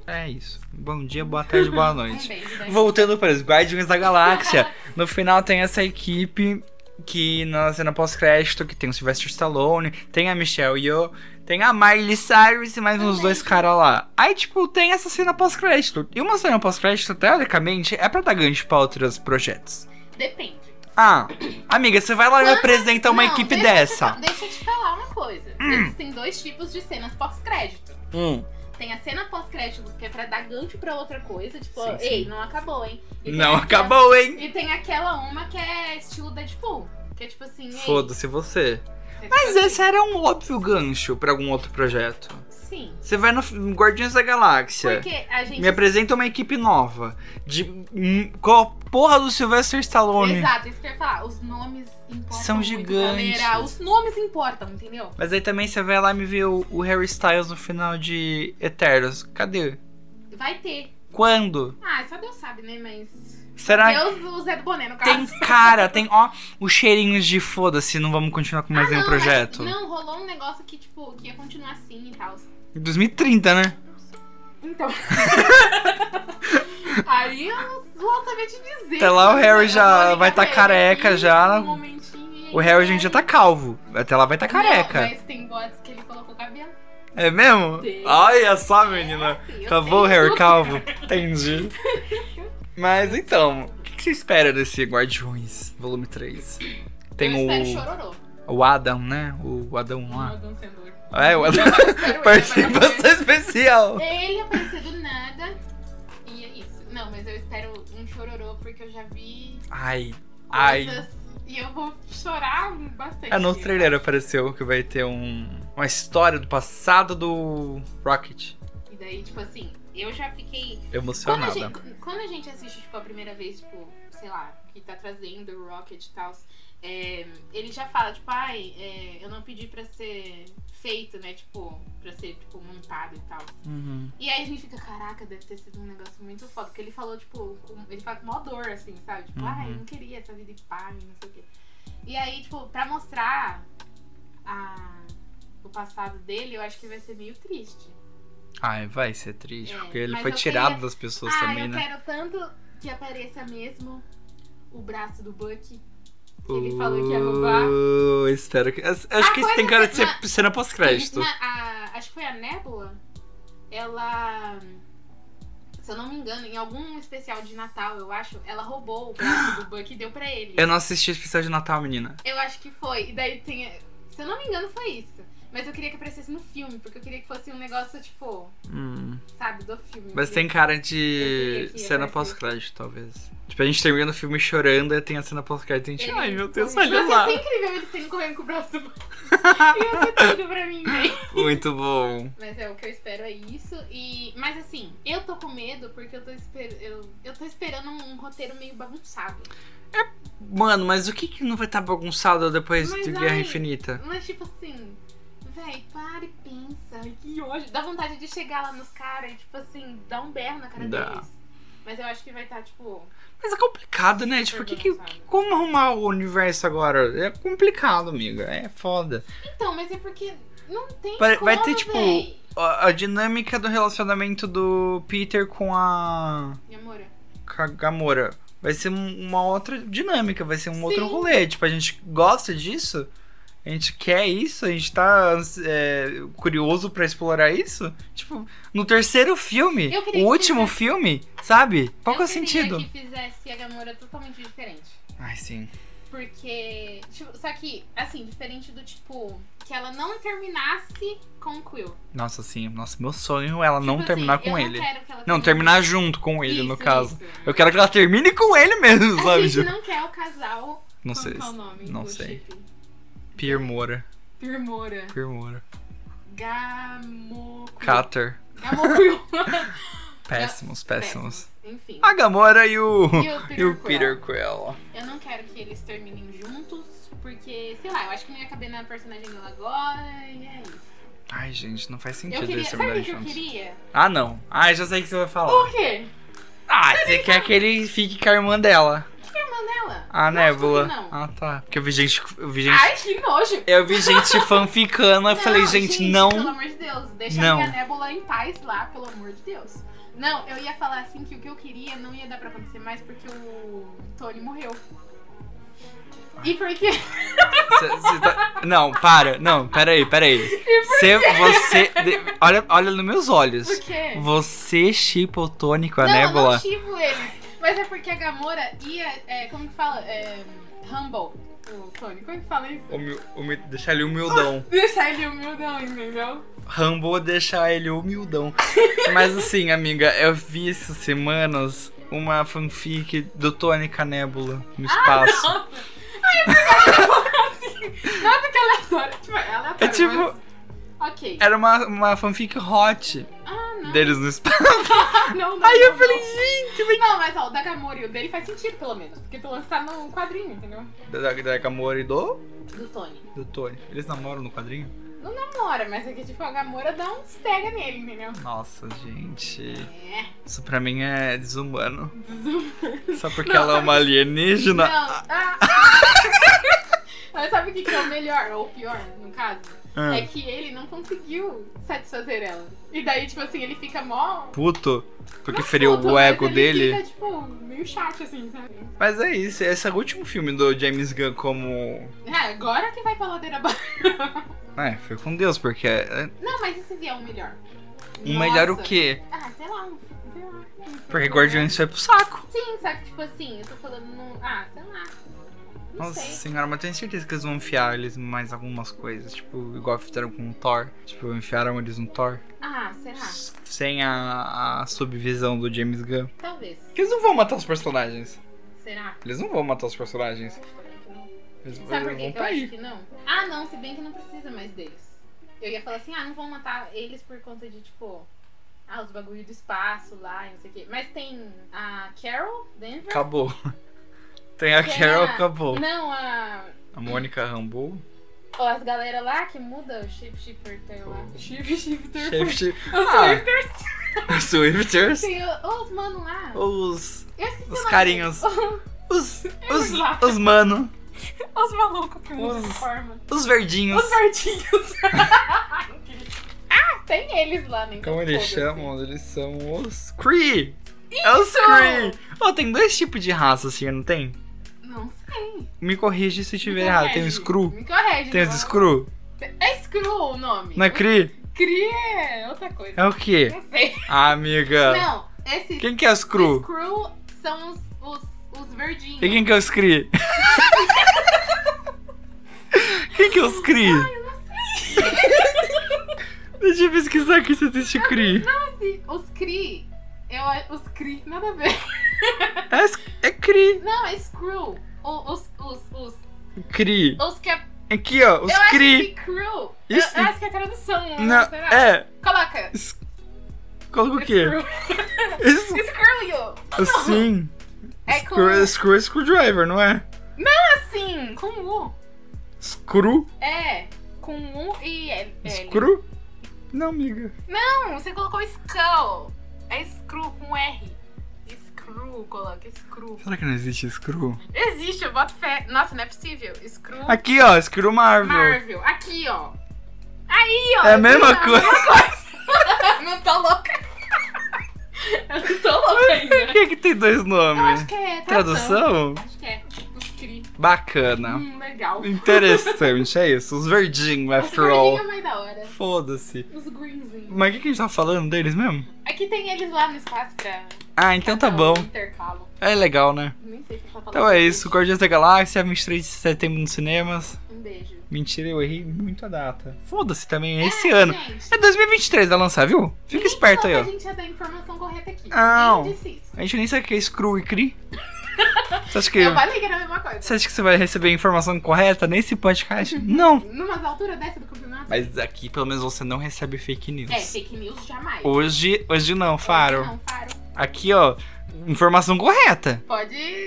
É isso. Bom dia, boa tarde, boa
Um
noite.
beijo, né?
Voltando para os Guardiões da Galáxia. No final tem essa equipe que na cena pós-crédito, que tem o Sylvester Stallone, tem a Michelle Yeoh, tem a Miley Cyrus e mais uns
Também.
dois caras lá. Aí, tipo, tem essa cena pós-crédito. E uma cena pós-crédito, teoricamente, é pra dar gancho pra outros projetos.
Depende.
Ah, amiga, você vai lá e me
Não,
apresenta Então, uma
Não,
equipe
deixa eu te
dessa.
fa- deixa eu te falar uma coisa. Existem dois tipos de cenas pós-crédito.
Hum.
Tem a cena pós-crédito, que é pra dar gancho pra outra coisa, tipo,
Sim, sim.
ei, não acabou, hein? E tem
Não
aquela-
acabou, hein?
E tem aquela uma que é estilo Deadpool. Que é tipo assim, ei.
Foda-se você.
é tipo
Mas
assim,
esse é- era um óbvio gancho pra algum outro projeto.
Sim.
Você vai no no Guardiões da Galáxia.
Porque a gente.
Me apresenta uma equipe nova. De. hum, Com a porra do Sylvester Stallone.
Exato, isso que eu ia falar. Os nomes importam.
São
muito,
gigantes.
galera. Os nomes importam, entendeu?
Mas aí também você vai lá e me vê o, o Harry Styles no final de Eternos. Cadê?
Vai ter.
Quando?
Ah, só Deus sabe, né? Mas.
Será que.
Deus, o Zé do Boné, no caso.
Tem cara, tem, ó, os cheirinhos de foda-se, não vamos continuar com mais
Ah,
nenhum
não,
um projeto.
mas- não, rolou um negócio que, tipo, que ia continuar assim e tal.
2030, né?
Então. Aí eu não vou saber te dizer.
Até Tá lá o
né?
Harry
Eu
já
vou ligar
vai tá
pra ele
careca
aqui,
já.
um momentinho,
O Harry hoje em dia tá calvo. Até lá vai tá careca.
Não, mas tem bots que ele colocou cabelo.
É mesmo?
Tem.
Olha só, menina.
Sim, eu
Acabou o
sei
Harry
tudo.
calvo. Entendi. Mas então, o que que você espera desse Guardiões Volume 3? Tem
eu espero
o,
chororô.
o Adam, né? O Adam
Não,
lá.
Adam Sandler.
É, o Adam.
Eu espero ele, mas-
Participação especial.
Ele apareceu do nada. E é isso. Não, mas eu espero um chororô porque eu já vi
Ai, ai.
coisas e eu vou chorar bastante.
Ah, no trailer apareceu que vai ter um, uma história do passado do Rocket.
E daí, tipo assim, eu já fiquei. Quando a,
Emocionada.
gente, quando a gente assiste, tipo, a primeira vez, tipo, sei lá, que tá trazendo o Rocket e tal, é, ele já fala, tipo, ai, é, eu não pedi pra ser feito, né? Tipo, pra ser, tipo, montado e tal.
Uhum.
E aí a gente fica, caraca, deve ter sido um negócio muito foda. Porque ele falou, tipo, com- ele fala com mó dor, assim, sabe? Tipo,
Uhum.
ai, eu não queria essa vida de pai, não sei o quê. E aí, tipo, pra mostrar a- o passado dele, eu acho que vai ser meio triste.
Ai, vai ser triste,
É,
porque ele
mas
foi
eu
tirado
queria-
das pessoas
ah,
também,
eu
né?
quero tanto que apareça mesmo o braço do Buck. que ele falou que ia roubar. Ah, é,
Uh, espero que. eu Acho
A
que isso tem
coisa
cara
que-
de ser cena pós-crédito.
Na- a- acho que foi a Nébula ela. Se eu não me engano, em algum especial de Natal, eu acho, ela roubou o braço do Buck e deu pra ele.
Eu não assisti o especial de Natal, menina.
Eu acho que foi. E daí tem. Se eu não me engano, foi isso. Mas eu queria que aparecesse no filme, porque eu queria que fosse um negócio, tipo,
Hum.
sabe, do filme.
Mas
Eu
tem
queria-
cara
Eu
de
queria que
cena
aparecesse.
pós-crédito, talvez. Tipo, a gente termina o filme chorando e tem a cena pós-crédito e a gente.
Ele assim.
Ai, meu Deus,
correndo.
olha lá.
Mas ia ser incrível eles terem correndo com o braço do Buck. Ia ser tudo pra mim, né?
Muito bom.
Mas é o que eu espero é isso. E mas assim, eu tô com medo porque eu tô esper... eu, eu tô esperando um, um roteiro meio bagunçado.
Mano, mas o que que não vai estar bagunçado depois
Mas
de Guerra
aí-
Infinita?
Mas tipo assim, véi, para e pensa, ai, que hoje dá vontade de chegar lá nos caras e tipo assim, dar um berro na cara
Dá.
deles. Mas eu acho que vai estar tá, tipo,
Mas é complicado, né? Tipo, o que que.
bagunçado.
Como arrumar o universo agora? É complicado, amiga. É foda.
Então, mas é porque não tem
Vai-
como,
vai ter, tipo,
véi.
A, a dinâmica do relacionamento do Peter com a.
Minha amora.
com a Gamora. Vai ser um- uma outra dinâmica, vai ser um outro
Sim.
rolê. Tipo, a gente gosta disso, a gente quer isso, a gente tá ansi- é, curioso pra explorar isso. Tipo, no terceiro filme,
Eu queria
o
que
último
fizesse-
filme, sabe? Qual que é o
eu queria
sentido?
que fizesse a Gamora totalmente diferente.
Ai, sim.
Porque. Tipo, só que, assim, diferente do tipo. Que ela não terminasse com o Quill.
Nossa, sim. Nossa, meu sonho é ela
Tipo
não
assim,
terminar
eu
com ele.
Não, quero que ela
Não,
termine-
terminar junto com ele, no
Isso,
caso.
isso.
Eu quero que ela termine com ele mesmo,
A
sabe?
gente
Ju?
não quer o casal.
Não
como
sei.
que é o nome?
não
do
sei.
chip?
Pier Moura.
Pirmora.
Pier Moura.
Gamo.
Cater.
Gamo Quill.
Péssimos, péssimos.
Péssimos. Enfim.
A Gamora e o.
E o Peter
E o
Quill.
Peter Quill.
Eu não quero que eles terminem juntos. Porque, sei lá, eu acho que não ia caber na personagem dela agora. E é isso.
Ai, gente, não faz
Eu
sentido
queria.
isso
Sabe
terminarem
o que eu
juntos.
queria?
Ah, não. Ah, já sei o que você vai falar.
O quê?
Ah, você quer que ele fique com a irmã dela.
Nela.
A
Não, acho que
Nebula.
Não.
Ah, tá. Porque eu vi gente. Eu vi gente,
Ai, que nojo.
eu vi gente fanficando. Eu
Não,
falei, gente, não.
Pelo amor de Deus, deixa
Não.
a minha nébula em paz lá, pelo amor de Deus. Não, eu ia falar assim que o que eu queria não ia dar pra acontecer mais porque o Tony morreu. E porque.
Cê- cê tá- Não, para. Não, peraí, peraí. Cê, você. de- Olha, olha nos meus olhos.
Porque.
Você chipa o Tony com a
não, eu não
Nebula?
chivo eles. Mas é porque a Gamora ia. é, como que fala? É, humble. O Tony. Como que fala isso?
Humil- humil- Deixar ele humildão.
Deixar ele humildão, entendeu?
Rambo deixar ele humildão. Mas assim, amiga, eu vi essas semanas uma fanfic do Tony Canébula no
Ah,
espaço.
é Nossa, que aleatório. Tipo, é aleatório.
é tipo,
mas- Ok.
era uma, uma fanfic hot
Ah, não.
deles no espaço.
Não, não, Aí eu falei, gente, mas... Não, mas ó, o da Gamora e o dele faz sentido, pelo menos. Porque pelo menos tá no quadrinho, entendeu?
Da, da Gamora e do,
Do Tony.
do Tony. Eles namoram no quadrinho?
Gamora, mas aqui, tipo, a Gamora dá uns pega nele, entendeu?
Nossa, gente.
É.
Isso pra mim é desumano. Só porque
Não,
ela é uma alienígena.
Não, ah. Mas sabe o que, que é o melhor, ou o pior, no caso?
Ah,
É que ele não conseguiu satisfazer ela. E daí, tipo assim, ele fica mó.
puto. Porque
não
feriu
puto,
o
mas
ego
ele
dele.
Fica, tipo, meio chato, assim, sabe?
Mas é isso. Esse é o último filme do James Gunn como
É, agora que vai pra ladeira abaixo.
É, foi com Deus, porque é
Não, mas esse é o melhor.
um melhor o
Nossa.
quê?
Ah, sei lá, um- sei lá.
Porque Guardiões foi pro saco.
Sim, só que tipo assim, eu tô falando no. Ah, sei lá. Não
Nossa
sei.
senhora, mas eu tenho certeza que eles vão enfiar eles em mais algumas coisas. Tipo, igual fizeram com o Thor. Tipo, enfiaram eles no Thor.
Ah, será?
s- Sem a, a subvisão do James Gunn.
Talvez.
Porque eles não vão matar os personagens.
Será?
Eles não vão matar os personagens. Eles,
Sabe por
eles
quê?
vão
que eu
pra
acho
tá aí.
que não? Ah, não, se bem que não precisa mais deles. Eu ia falar assim, ah, não vão matar eles por conta de, tipo, ah, os bagulho do espaço lá, e não sei o quê. Mas tem a Carol Denver.
Acabou. Tem a
Tem
Carol,
a-
acabou.
Não, a.
A Mônica Rambo.
Ó, as galera lá que muda o chip shifter tem lá. Chip shifter.
Shape Shift-
Os
Ah, Os Swifters.
Tem o- os mano lá.
Os.
Eu esqueci o
Os
nome
carinhos.
deles.
Os. Os,
lá.
os mano.
Os malucos que mudam
Os-
de forma.
Os verdinhos.
Os verdinhos. ah, tem eles lá, né? Então,
Como eles
foda-se. Então!
chamam? Eles são os Cree! É os Cree! Ó, tem dois tipos de raça assim, não tem?
Não sei.
Me corrija se eu estiver
Me
errado.
corrige.
um Tem o Screw.
Me corrige.
Tem os
não.
Screw.
É Screw o nome.
Não é Cree?
Cri é outra coisa.
É o quê?
Não sei.
Ah, amiga.
Não, esses
Quem que é os
os
cru?
crew são os, os, os verdinhos.
E quem que é os cri? quem que é os cri? Deixa eu pesquisar aqui se existe cri.
Esse- Os cri, eu, a- os cri, nada a ver.
É, s- é cri.
Não, é screw. O- Os, os, os,
Cri.
os que é...
Aqui, ó. Os
eu acho
cri.
que crew.
Isso.
Eu, eu acho que é a tradução.
Não,
sei lá.
é.
Coloca.
Coloca o quê?
Screw.
Isso,
Screw you.
assim.
É
Screw,
com-
screw, screwdriver, não é?
Assim, com U.
Screw?
É, com U e L.
Screw? Não, amiga.
é, Não, você colocou skull. É screw com R. Screw, coloca screw.
Será que não existe screw?
Existe, eu boto fé. Nossa, não é possível. Screw
Aqui, ó. Screw Marvel.
Marvel. Aqui, ó. Aí, ó.
É a mesma
Não,
coisa.
Não tô louca. Eu não tô louca
Por
ainda.
que, que tem dois
Eu acho
nomes?
que é tradução.
Tradução?
Acho que é. Os cri.
Bacana.
Hum, legal.
Interessante, é isso. Os verdinhos,
Os
after all.
verdinhos é mais da hora.
Foda-se.
Os greenzinhos.
Mas o que, que a gente tá falando deles mesmo?
Aqui tem eles lá no espaço pra.
Ah, então tá
pra
bom.
Intercalo.
É legal, né?
Nem sei se eu tô falando.
Então é isso. Guardiões da Galáxia, 23 de setembro nos cinemas.
Um beijo.
Mentira, eu errei muito a data. Foda-se também, é esse ano.
Gente,
É 2023 vai lançar, viu? Fica
ninguém
esperto aí,
falou
ó.
que A gente ia dar a informação correta aqui.
Não.
Ninguém disse isso.
A gente nem sabe o que é Screw e Cri. Você acha que,
Eu falei que era a mesma coisa.
você acha que você vai receber a informação correta nesse podcast?
Uhum.
Não.
Numa altura dessa do campeonato.
Mas aqui, pelo menos, você não recebe fake news.
É, fake news jamais.
Hoje, hoje não, Faro.
Não, faro.
Aqui, ó, informação correta.
Pode.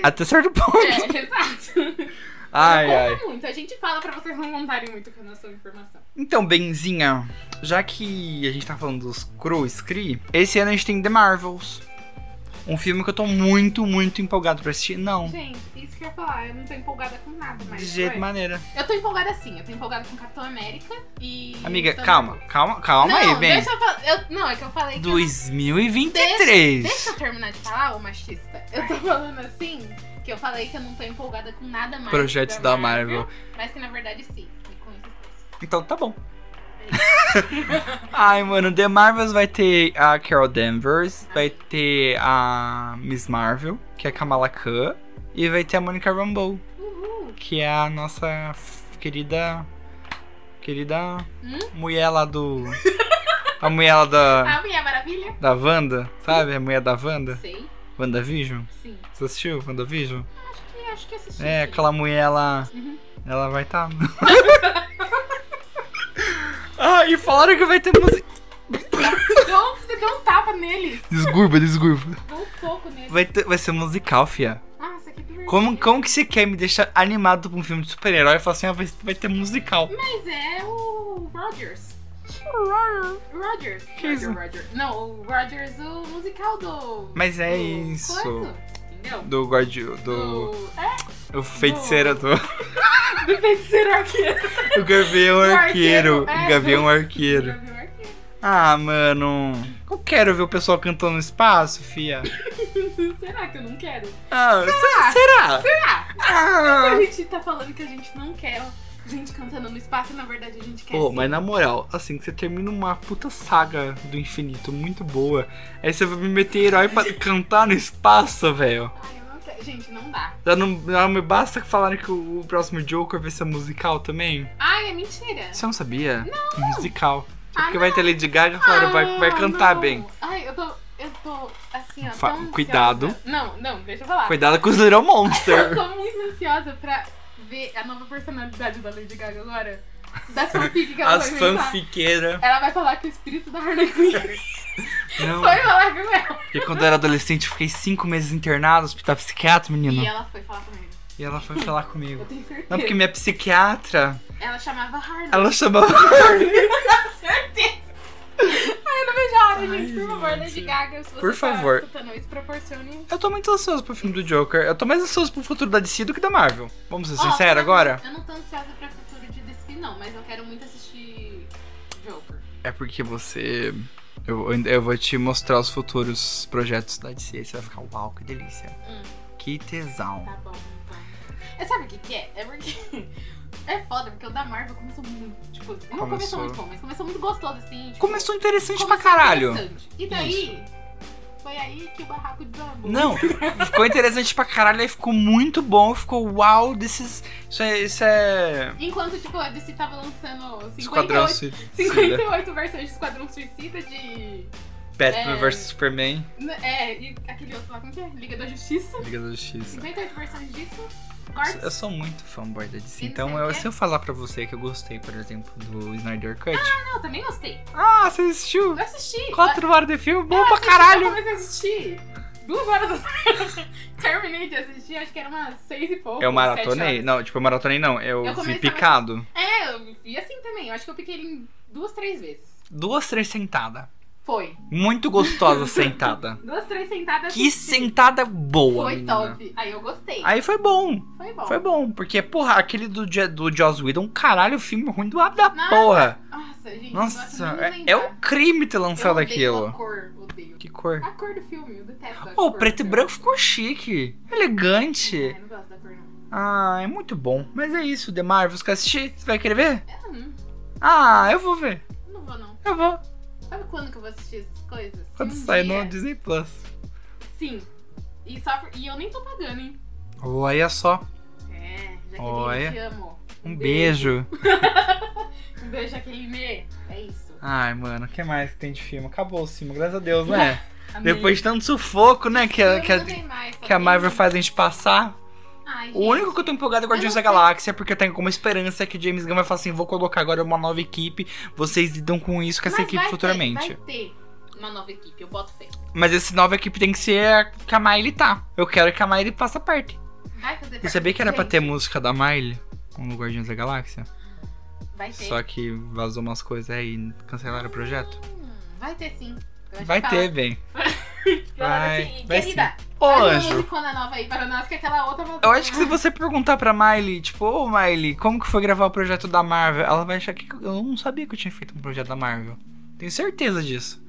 Até certo ponto.
É, exato.
Ai,
não
ai.
conta muito. A gente fala pra vocês não contarem muito com a nossa informação.
Então, Benzinha, já que a gente tá falando dos Crows Cree, esse ano a gente tem The Marvels. Um filme que eu tô muito, muito empolgado pra assistir. Não,
Gente, isso que eu ia falar. Eu não tô empolgada com nada, mas.
de jeito
vai.
e maneira.
Eu tô empolgada sim. Eu tô empolgada com Capitão América e.
Amiga,
Thunderbolt.
calma, calma, calma
não,
aí, bem.
Deixa eu falar. eu- Não, é que eu falei que. eu-
2023.
Deixa eu terminar de falar, ô machista. Eu tô falando assim, que eu falei que eu não tô empolgada com nada mais.
Projetos da Marvel.
Mas que na verdade sim. E com esses dois.
Então tá bom. Ai, mano, The Marvels vai ter a Carol Danvers,
Ah.
vai ter a Miss Marvel, que é a Kamala Khan, e vai ter a Monica Rambeau,
Uhul.
que é a nossa f- querida. Querida.
Hum?
Mulher lá do. A mulher lá da.
é A Mulher Maravilha?
Da Wanda, sabe? A mulher da Wanda.
Sei,
WandaVision.
sim.
Você assistiu WandaVision?
Eu acho que assisti.
É,
sim.
aquela mulher, ela.
Uhum.
Ela vai estar. Tá... ah, e falaram que vai ter música.
Deu, você deu um tapa nele.
Desgurba, desgurba.
Deu um soco nele.
Vai, ter- vai ser musical, fia.
Ah, isso aqui é divertido.
Como, um como que você quer me deixar animado pra um filme de super-herói e falar assim, ah, vai, vai ter musical?
Mas é o Rogers. Rogers.
Que
Roger,
isso?
Roger. Não, o Rogers, o musical do.
Mas é
do
isso.
coisa, Entendeu?
Do guardião, do.
É,
O feiticeiro do.
do feiticeiro arqueiro.
O gavião
Do
arqueiro.
arqueiro, é.
O gavião arqueiro.
Do arqueiro.
Ah, mano. Eu quero ver o pessoal cantando no espaço, fia.
Será que eu não quero?
Ah, se- será?
Ah,
Ah.
a gente tá falando que a gente não quer gente cantando no espaço e na verdade a gente quer.
Pô,
sim.
mas na moral, assim, que você termina uma puta saga do infinito muito boa. Aí você vai me meter herói pra cantar no espaço, velho.
Ai, eu não quero. Gente, não dá.
Já não, já me basta que falarem que o, o próximo Joker vai ser musical também.
Ai, é mentira.
Você não sabia? Não. Musical. É
Ah,
porque vai ter Lady Gaga, claro, vai, vai
Ah,
cantar
não.
bem.
Ai, eu tô. Eu tô assim, ó.
Fa-
tão
cuidado.
ansiosa. Não, não, deixa eu falar.
Cuidado com os Little
Eu
Monster.
tô muito ansiosa pra ver a nova personalidade da Lady Gaga agora. Da fanfic que ela
As
vai inventar.
fanfiqueiras.
Ela vai falar que o espírito da Harley Quinn
Não.
foi falar com ela.
Porque quando eu era adolescente, eu fiquei cinco meses internado no hospital psiquiatra,
E
menina.
ela foi falar comigo.
E ela foi falar
Eu
comigo.
tenho
Não, porque
certeza.
minha psiquiatra,
Ela chamava Harley.
ela chamava
Certeza. Ai, eu não vejo a hora, gente.
Ai,
Por favor, Lady
gente.
Gaga, se você
Por
tá
favor.
escutando isso, proporcione... um-
Eu tô muito ansioso pro filme do Joker. Eu tô mais ansioso pro futuro da DC do que da Marvel. Vamos ser
Ó,
sinceros
eu não-
agora?
Eu não tô ansiosa pra futuro de DC, não. Mas eu quero muito assistir Joker.
É porque você. Eu, eu vou te mostrar os futuros projetos da DC. Você vai ficar, uau, que delícia.
Hum.
Que tesão.
Tá bom, então. É, sabe o que que é? É porque É foda, porque o da Marvel começou muito. Tipo, não começou,
Começou.
muito bom, mas começou muito gostoso, assim. Tipo,
Começou interessante
começou
pra caralho.
interessante. E daí, foi aí que o barraco desabou.
Não, ficou interessante pra caralho, aí ficou muito bom, ficou uau, desses. Isso é. Isso é...
Enquanto, tipo, a DC tava lançando 58,
Esquadrão Su- Suicida.
58 versões de Esquadrão Suicida de.
Batman
É.
vs Superman,
N- É, e aquele outro lá, como que é? Liga da Justiça.
Liga da Justiça.
58 versões disso.
Eu
Cortes.
sou muito fanboy da DC,
Ele
então
sabe
eu-
que é.
se eu falar pra você que eu gostei, por exemplo, do Snyder Cut.
Não, eu também gostei.
Ah, você assistiu?
Eu assisti.
Quatro horas de filme, bom
Eu
pra
assisti, Eu
caralho!
comecei a assistir. Duas horas da tarde. Terminei de assistir, acho que era umas seis e pouco.
Eu
sete
maratonei.
horas.
Não, tipo, eu maratonei não, eu,
Eu
vi
comecei-
picado.
É, eu vi assim também. Eu acho que eu piquei ele em duas, três vezes.
Duas, três sentada.
Foi.
Muito gostosa sentada.
Duas, três sentadas.
Que
assisti.
sentada boa,
Foi
menina.
top. Aí eu gostei.
Aí foi bom.
Foi bom.
Foi bom, porque, porra, aquele do, Je- do Joss Whedon, caralho, o filme ruim do da
Nada.
porra.
Nossa, gente.
Nossa,
não gosto nem
é,
de
é
lembrar.
um crime ter lançado
Eu odeio A
aquilo.
cor, odeio.
Que cor.
A cor do filme, eu detesto. a
Ô,
cor
o
do
preto e
filme.
branco ficou chique, elegante.
Ai, não gosto da cor, não.
Ah, é muito bom. Mas é isso, The Marvels, quer assistir? Você vai querer ver?
Eu não,
Ah, eu vou ver.
não vou, não.
Eu vou.
Sabe quando que eu vou assistir essas coisas?
Quando
Se um
sair
dia-
no Disney Plus.
Sim. E, só por- e eu nem tô pagando, hein?
Olha só.
É, Jaqueline,
Olha.
eu te amo.
Um beijo.
Um beijo, Jaqueline. É isso.
Ai, mano, o que mais que tem de filme? Acabou o filme, graças a Deus, né?
Amei.
Depois de tanto sufoco, né, que, a-
Filme
que, a-
não tem mais, só
que a
tem-
Marvel faz a gente passar.
Ai, gente.
O único que eu tô empolgado é Guardiões da
Eu não sei.
Galáxia, porque eu tenho como esperança que James Gunn vai falar assim: vou colocar agora uma nova equipe, vocês lidam com isso com essa
Mas
equipe
vai ter-
futuramente.
vai ter uma nova equipe, eu boto fé.
Mas essa nova equipe tem que ser a que a Miley tá. Eu quero que a Miley faça parte.
Vai fazer
Você
parte.
sabia que era pra
Gente,
ter música da Miley no Guardiões da Galáxia?
Vai ter.
Só que vazou umas coisas aí e cancelaram o projeto.
Hum, vai ter sim. Eu acho
Vai
que
ter,
fala-
bem.
fala assim,
vai- vai
Querida,
Ô,
faz uma
anjo.
musicona nova aí para nós, que aquela outra...
Eu acho que se você perguntar pra Miley, tipo, ô Miley, como que foi gravar o projeto da Marvel? Ela vai achar que eu não sabia que eu tinha feito um projeto da Marvel. Tenho certeza disso.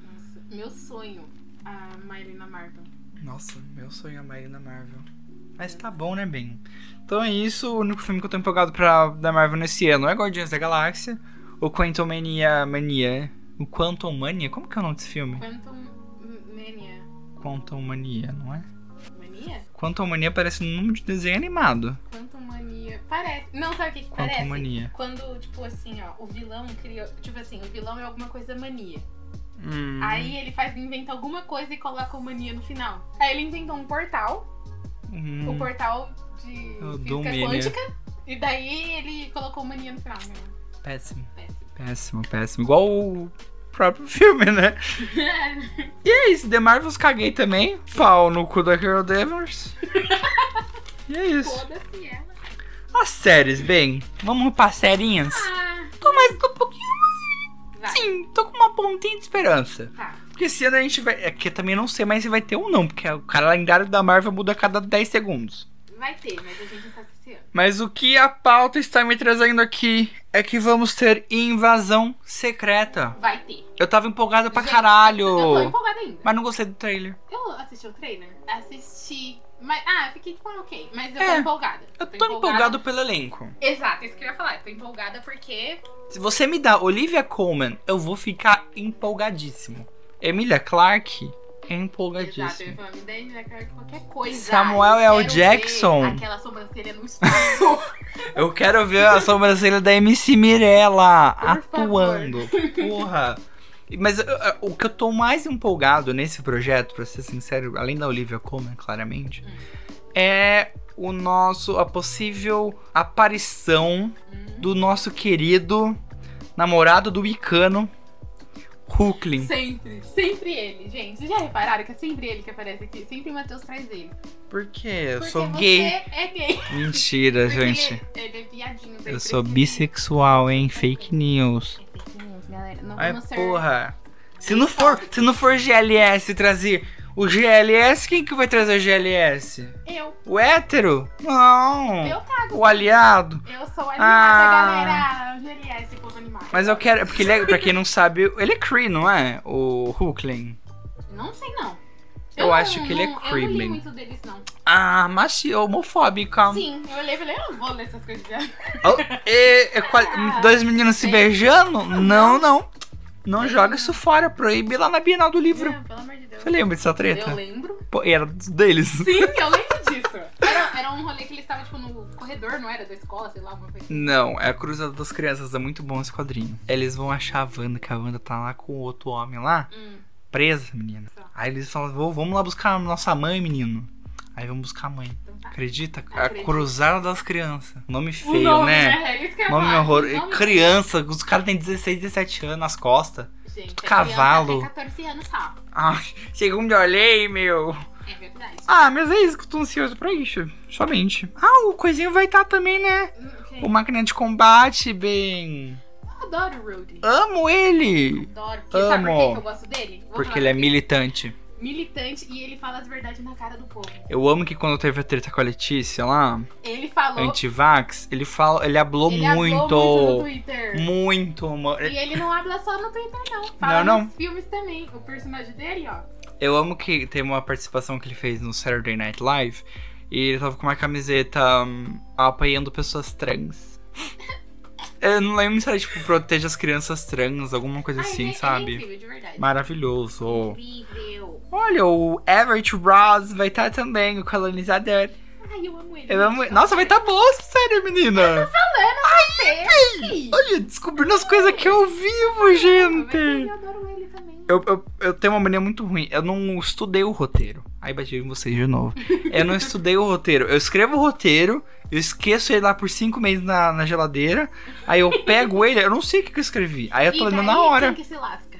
Nossa, Meu sonho, a Marina Marvel.
Nossa, meu sonho é a Miley na Marvel. Mas tá bom, né, Ben? Então é isso, o único filme que eu tô empolgado pra da Marvel nesse ano é Guardiões da Galáxia, o Quantum Mania. Mania. O Quantum Mania? Como que é o nome desse filme?
Quantum Mania.
Quantum Mania, não é?
Mania?
Quantum Mania parece um nome de desenho animado.
Quantum Mania. Parece. Não, sabe o que, que
Quantum
parece?
Mania.
Quando, tipo assim, ó, o vilão cria. Tipo assim, o vilão é alguma coisa mania.
Hum.
Aí ele faz, inventa alguma coisa e coloca o mania no final. Aí ele inventou um portal,
hum. É
o portal de
Eu
física
dou mania.
quântica. E daí ele colocou o mania no final, né? meu.
Péssimo.
Péssimo.
Péssimo, péssimo. Igual o próprio filme, né? E é isso, The Marvels caguei também. Pau no cu da Carol Danvers. E é isso.
Foda-se ela.
As séries, bem, vamos pra serinhas?
Ah,
Tô mais tô um pouquinho.
vai.
Sim, tô com uma pontinha de esperança.
Tá.
Porque esse ano a gente vai. É que eu também não sei mais se vai ter ou não, porque o calendário da Marvel muda a cada 10 segundos.
Vai ter, mas a gente não tá sabe se esse ano.
Mas o que a pauta está me trazendo aqui é que vamos ter invasão secreta.
Vai ter.
Eu tava empolgada pra
Gente,
caralho.
Eu tô empolgada ainda.
Mas não gostei do trailer.
Eu assisti o trailer? Assisti. Mas, ah, eu fiquei tipo, ah, ok. Mas eu
É.
tô empolgada.
Eu tô empolgado pelo elenco.
Exato, é isso que eu ia falar. Eu tô empolgada porque.
Se você me dá Olivia Colman, eu vou ficar empolgadíssimo. Emília Clarke é
Exato, eu ia
empolgadíssimo.
falar, me dá Emilia Clarke qualquer coisa.
Samuel
Eu
L.
quero
Jackson.
ver Aquela sobrancelha no espaço.
Eu quero ver a sobrancelha da MC Mirella
Por favor.
atuando. Porra. Mas eu- eu- o que eu tô mais empolgado nesse projeto, pra ser sincero, além da Olivia Colman, claramente,
Hum.
é o nosso a possível aparição
Hum,
do nosso querido namorado do Icano, Hucklin.
sempre, sempre ele, gente. Vocês já repararam que é sempre ele que aparece aqui? Sempre o Matheus traz ele.
Por quê? Eu
Porque
sou
você
gay.
é gay.
Mentira,
Porque
gente.
Ele, ele é viadinho. daí
Eu
por
sou
isso que-
bissexual, hein? Fake news.
É fake news, galera. Não
Ai,
vamos ser.
porra. Se não for, se não for GLS trazer o GLS, quem que vai trazer o GLS?
Eu.
O hétero? Não.
Eu cago.
O aliado?
Eu sou animada,
Ah.
galera. Angeliá, esse povo animado.
Mas eu quero, porque ele é, pra quem não sabe, ele é Cree, não é? O é? Hulkling.
Não sei, não.
Eu acho que ele é
não- Eu não li
creepy.
muito deles, não.
Ah, machi, homofóbica.
Sim, eu olhei e falei, eu não vou ler essas coisas de viado.
Oh, e- e qual-
Ah,
dois meninos se beijando? Não, não. Não joga isso fora, proíbe lá na Bienal do Livro.
É, Pelo amor de Deus.
Você lembra dessa
Eu
treta?
lembro.
Pô, era dos deles.
Sim, eu lembro disso. Era, era um rolê que eles estavam, tipo, no corredor, não era? Da escola, sei lá, alguma coisa.
Não, é a Cruzada das Crianças, é muito bom esse quadrinho. Eles vão achar a Wanda, que a Wanda tá lá com o outro homem lá,
Hum,
presa, menina.
Tá.
Aí eles falam, "Vô, vamos lá buscar a nossa mãe, menino. Aí vamos buscar a mãe.
então tá.
Acredita? A
Acredito.
Cruzada das Crianças. Nome
O
feio,
nome,
né?
É isso que eu ia
Nome
falar.
horror.
O nome-
Criança, os caras têm 16, 17 anos nas costas.
Gente, é
Cavalo.
criança até 14 anos só.
Ai,
um
segundo eu olhei, meu.
É verdade.
Ah, mas é isso que eu tô ansioso pra isso. Somente. Ah, o coisinho vai estar também, né?
Ah, Ok.
O máquina de combate, bem.
Eu adoro o Rudy.
Amo ele!
Adoro. Porque sabe por
Amo.
que que eu gosto dele? Vou
Porque
falar
ele é
aqui.
militante.
militante e ele fala as verdades na cara do povo.
Eu amo que quando teve a treta com a Letícia lá,
Ele falou.
anti-vax, ele fala. Ele hablou
Oh. ele
muito.
hablou muito no Twitter.
Muito, mano.
E ele não habla só no Twitter, não. Fala
Não, não.
nos filmes também. O personagem dele, ó.
Eu amo que tem uma participação que ele fez no Saturday Night Live e ele tava com uma camiseta hum, apoiando pessoas trans. Eu não lembro se era tipo proteja as crianças trans, alguma coisa
Ah,
assim,
ele, Ele é
sabe?
incrível, de verdade.
Maravilhoso.
Incrível.
Olha, o Everett Ross vai estar também, o colonizador.
Ai, eu amo ele.
Eu amo... Nossa, vai estar tá bom, sério, menina.
Sim.
Olha, descobrindo as coisas que eu vivo, gente.
Eu adoro ele também.
Eu, eu, eu tenho uma mania muito ruim. Eu não estudei o roteiro. Aí bati em vocês de novo. Eu não estudei o roteiro. Eu escrevo o roteiro, eu esqueço ele lá por cinco meses na, na geladeira. Aí eu pego ele, eu não sei o que, que eu escrevi. Aí eu tô
E
lendo
daí,
na hora.
Quem que se lasca?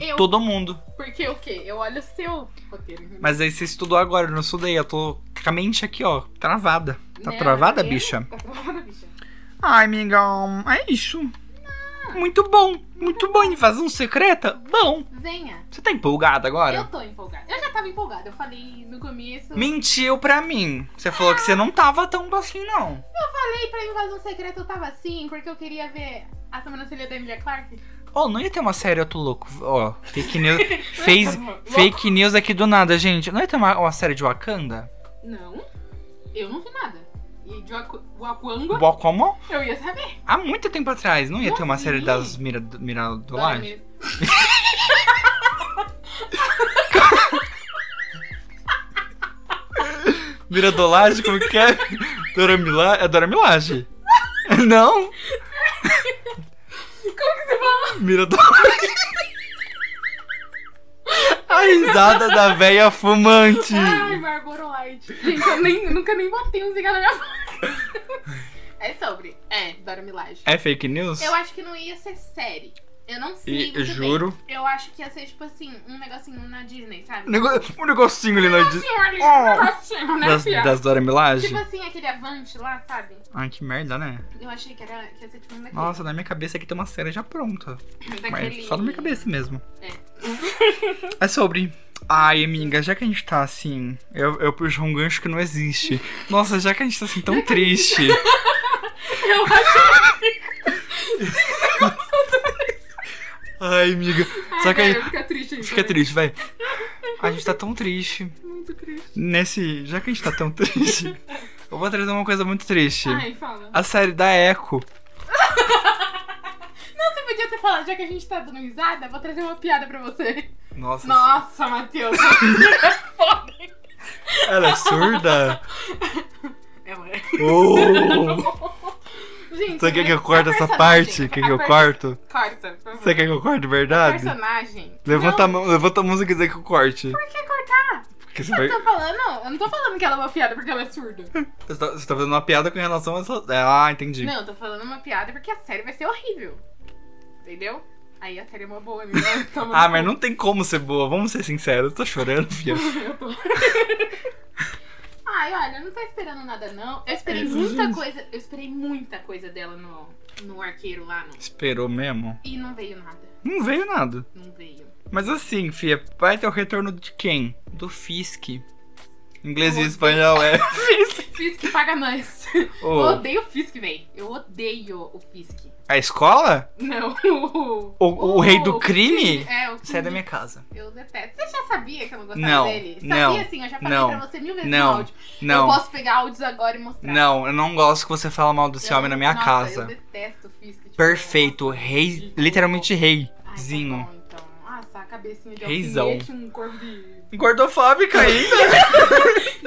Eu.
Todo mundo.
Porque o quê? Eu olho o seu roteiro. entendeu?
Mas aí você estudou agora, eu não estudei. Eu tô com a mente aqui, ó, travada. Tá
Né?
travada,
Porque-
bicha?
Tá travada, bicha.
Ai, amigão, é isso.
Ah.
Muito bom, muito bom. Invasão secreta? Bom.
Venha.
Você tá empolgada agora?
Eu tô empolgada. Eu já tava empolgada. Eu falei no começo.
Mentiu pra mim. Você falou que você não tava tão assim, não.
falei pra Invasão Secreta, eu tava assim, porque eu queria ver a sobrancelha da Emilia Clarke.
Ó, não ia ter uma série, eu tô louco. Ó, fake news. fez,
Louco.
fake news aqui do nada, gente. Não ia ter uma, uma série de Wakanda?
Não, eu não vi nada. E de Waku- Wakuango,
Bo- Como?
eu ia saber.
Há muito tempo atrás, não ia ter uma
Não
série
vi.
das Mira, Mira do
Agora
Laje?
mesmo.
Mira do Laje, como que é? Dora Mila, é Dora Milaje. Não?
Como que você fala?
Mira do Laje. A risada da véia fumante.
Ai, Margot Light. Gente, eu nem, nunca nem botei um cigarro na minha boca. É sobre. É, Dora Milaje.
É fake news?
Eu acho que não ia ser série. Eu não sei.
E
muito
juro.
Bem. Eu acho que ia ser, tipo assim, um negocinho na Disney, sabe?
Nego... Um negocinho ali na
Sim, olha,
Ah.
esse negocinho, é assim, né,
das,
fia?
das Dora Milaje.
Tipo assim, aquele avante lá, sabe?
Ai, que merda, né?
Eu achei que, era, que ia ser tipo um daquele.
Nossa, na minha cabeça aqui tem uma série já pronta.
daquele...
Mas só na minha cabeça mesmo.
É.
É sobre. Ai, amiga, já que a gente tá assim. Eu, eu puxo um gancho que não existe. Nossa, já que a gente tá assim tão triste.
Eu acho
Ai, amiga. Só que a gente.
Fica triste aí.
Fica triste, vai. A gente tá tão triste.
Muito triste.
Nesse. Já que a gente tá tão triste, eu vou trazer uma coisa muito triste.
Ai, fala.
A série da Echo.
Você podia ter falado, já que a gente tá dando risada, vou trazer uma piada pra você.
Nossa,
Nossa, Matheus. é foda.
ela é surda?
É, mãe.
Oh!
Gente,
Você quer que eu corte
a
essa
personagem-
parte? Quer que eu
a per-
corto?
Corta, por favor.
Você quer que eu corte de
A
verdade?
personagem.
Levanta a
não,
mão, levanta a mão se quiser que eu corte.
Por que cortar?
Porque você
Eu
vai.
tô falando, não, eu não tô falando que ela é uma piada porque ela é surda.
Você tá, você tá fazendo uma piada com relação a essa. Ah, entendi.
Não, eu tô falando uma piada porque a série vai ser horrível. Entendeu? Aí a série é uma boa, né? Toma
Ah,
no
mas
cu.
não tem como ser boa, vamos ser sinceros. Eu tô chorando, filha.
Eu tô. Ai, olha, eu não tô esperando nada, não. Eu esperei
Isso,
muita
É, gente.
coisa. Eu esperei muita coisa dela no, no arqueiro lá. No...
Esperou mesmo?
E não veio nada.
Não veio nada.
Não veio.
Mas assim, Fia, vai ter o retorno de quem? Do Fisk. Inglês e
Como
espanhol é Fisk.
Fisk paga nós. Eu
Ô,
odeio o Fisk, véi. Eu odeio o Fisk.
a escola?
Não.
O- o rei do crime?
É, o
Sai da
crime.
minha casa.
Eu detesto. Você já sabia que eu não gostava
Não,
dele? Sabia
não,
sim, eu já falei
não,
pra você mil vezes
não,
no áudio. Eu
Não,
posso pegar áudios agora e mostrar.
Tá. não, eu não gosto que você fala mal desse
Eu-
homem é na minha
nossa, Eu
casa.
detesto o Fisk. Tipo,
Perfeito,
de
rei,
novo.
literalmente
Ai, tá
reizinho.
bom, então. Nossa, a cabecinha de
Reizão.
alfinete, um corpo de...
Gordofóbica ainda.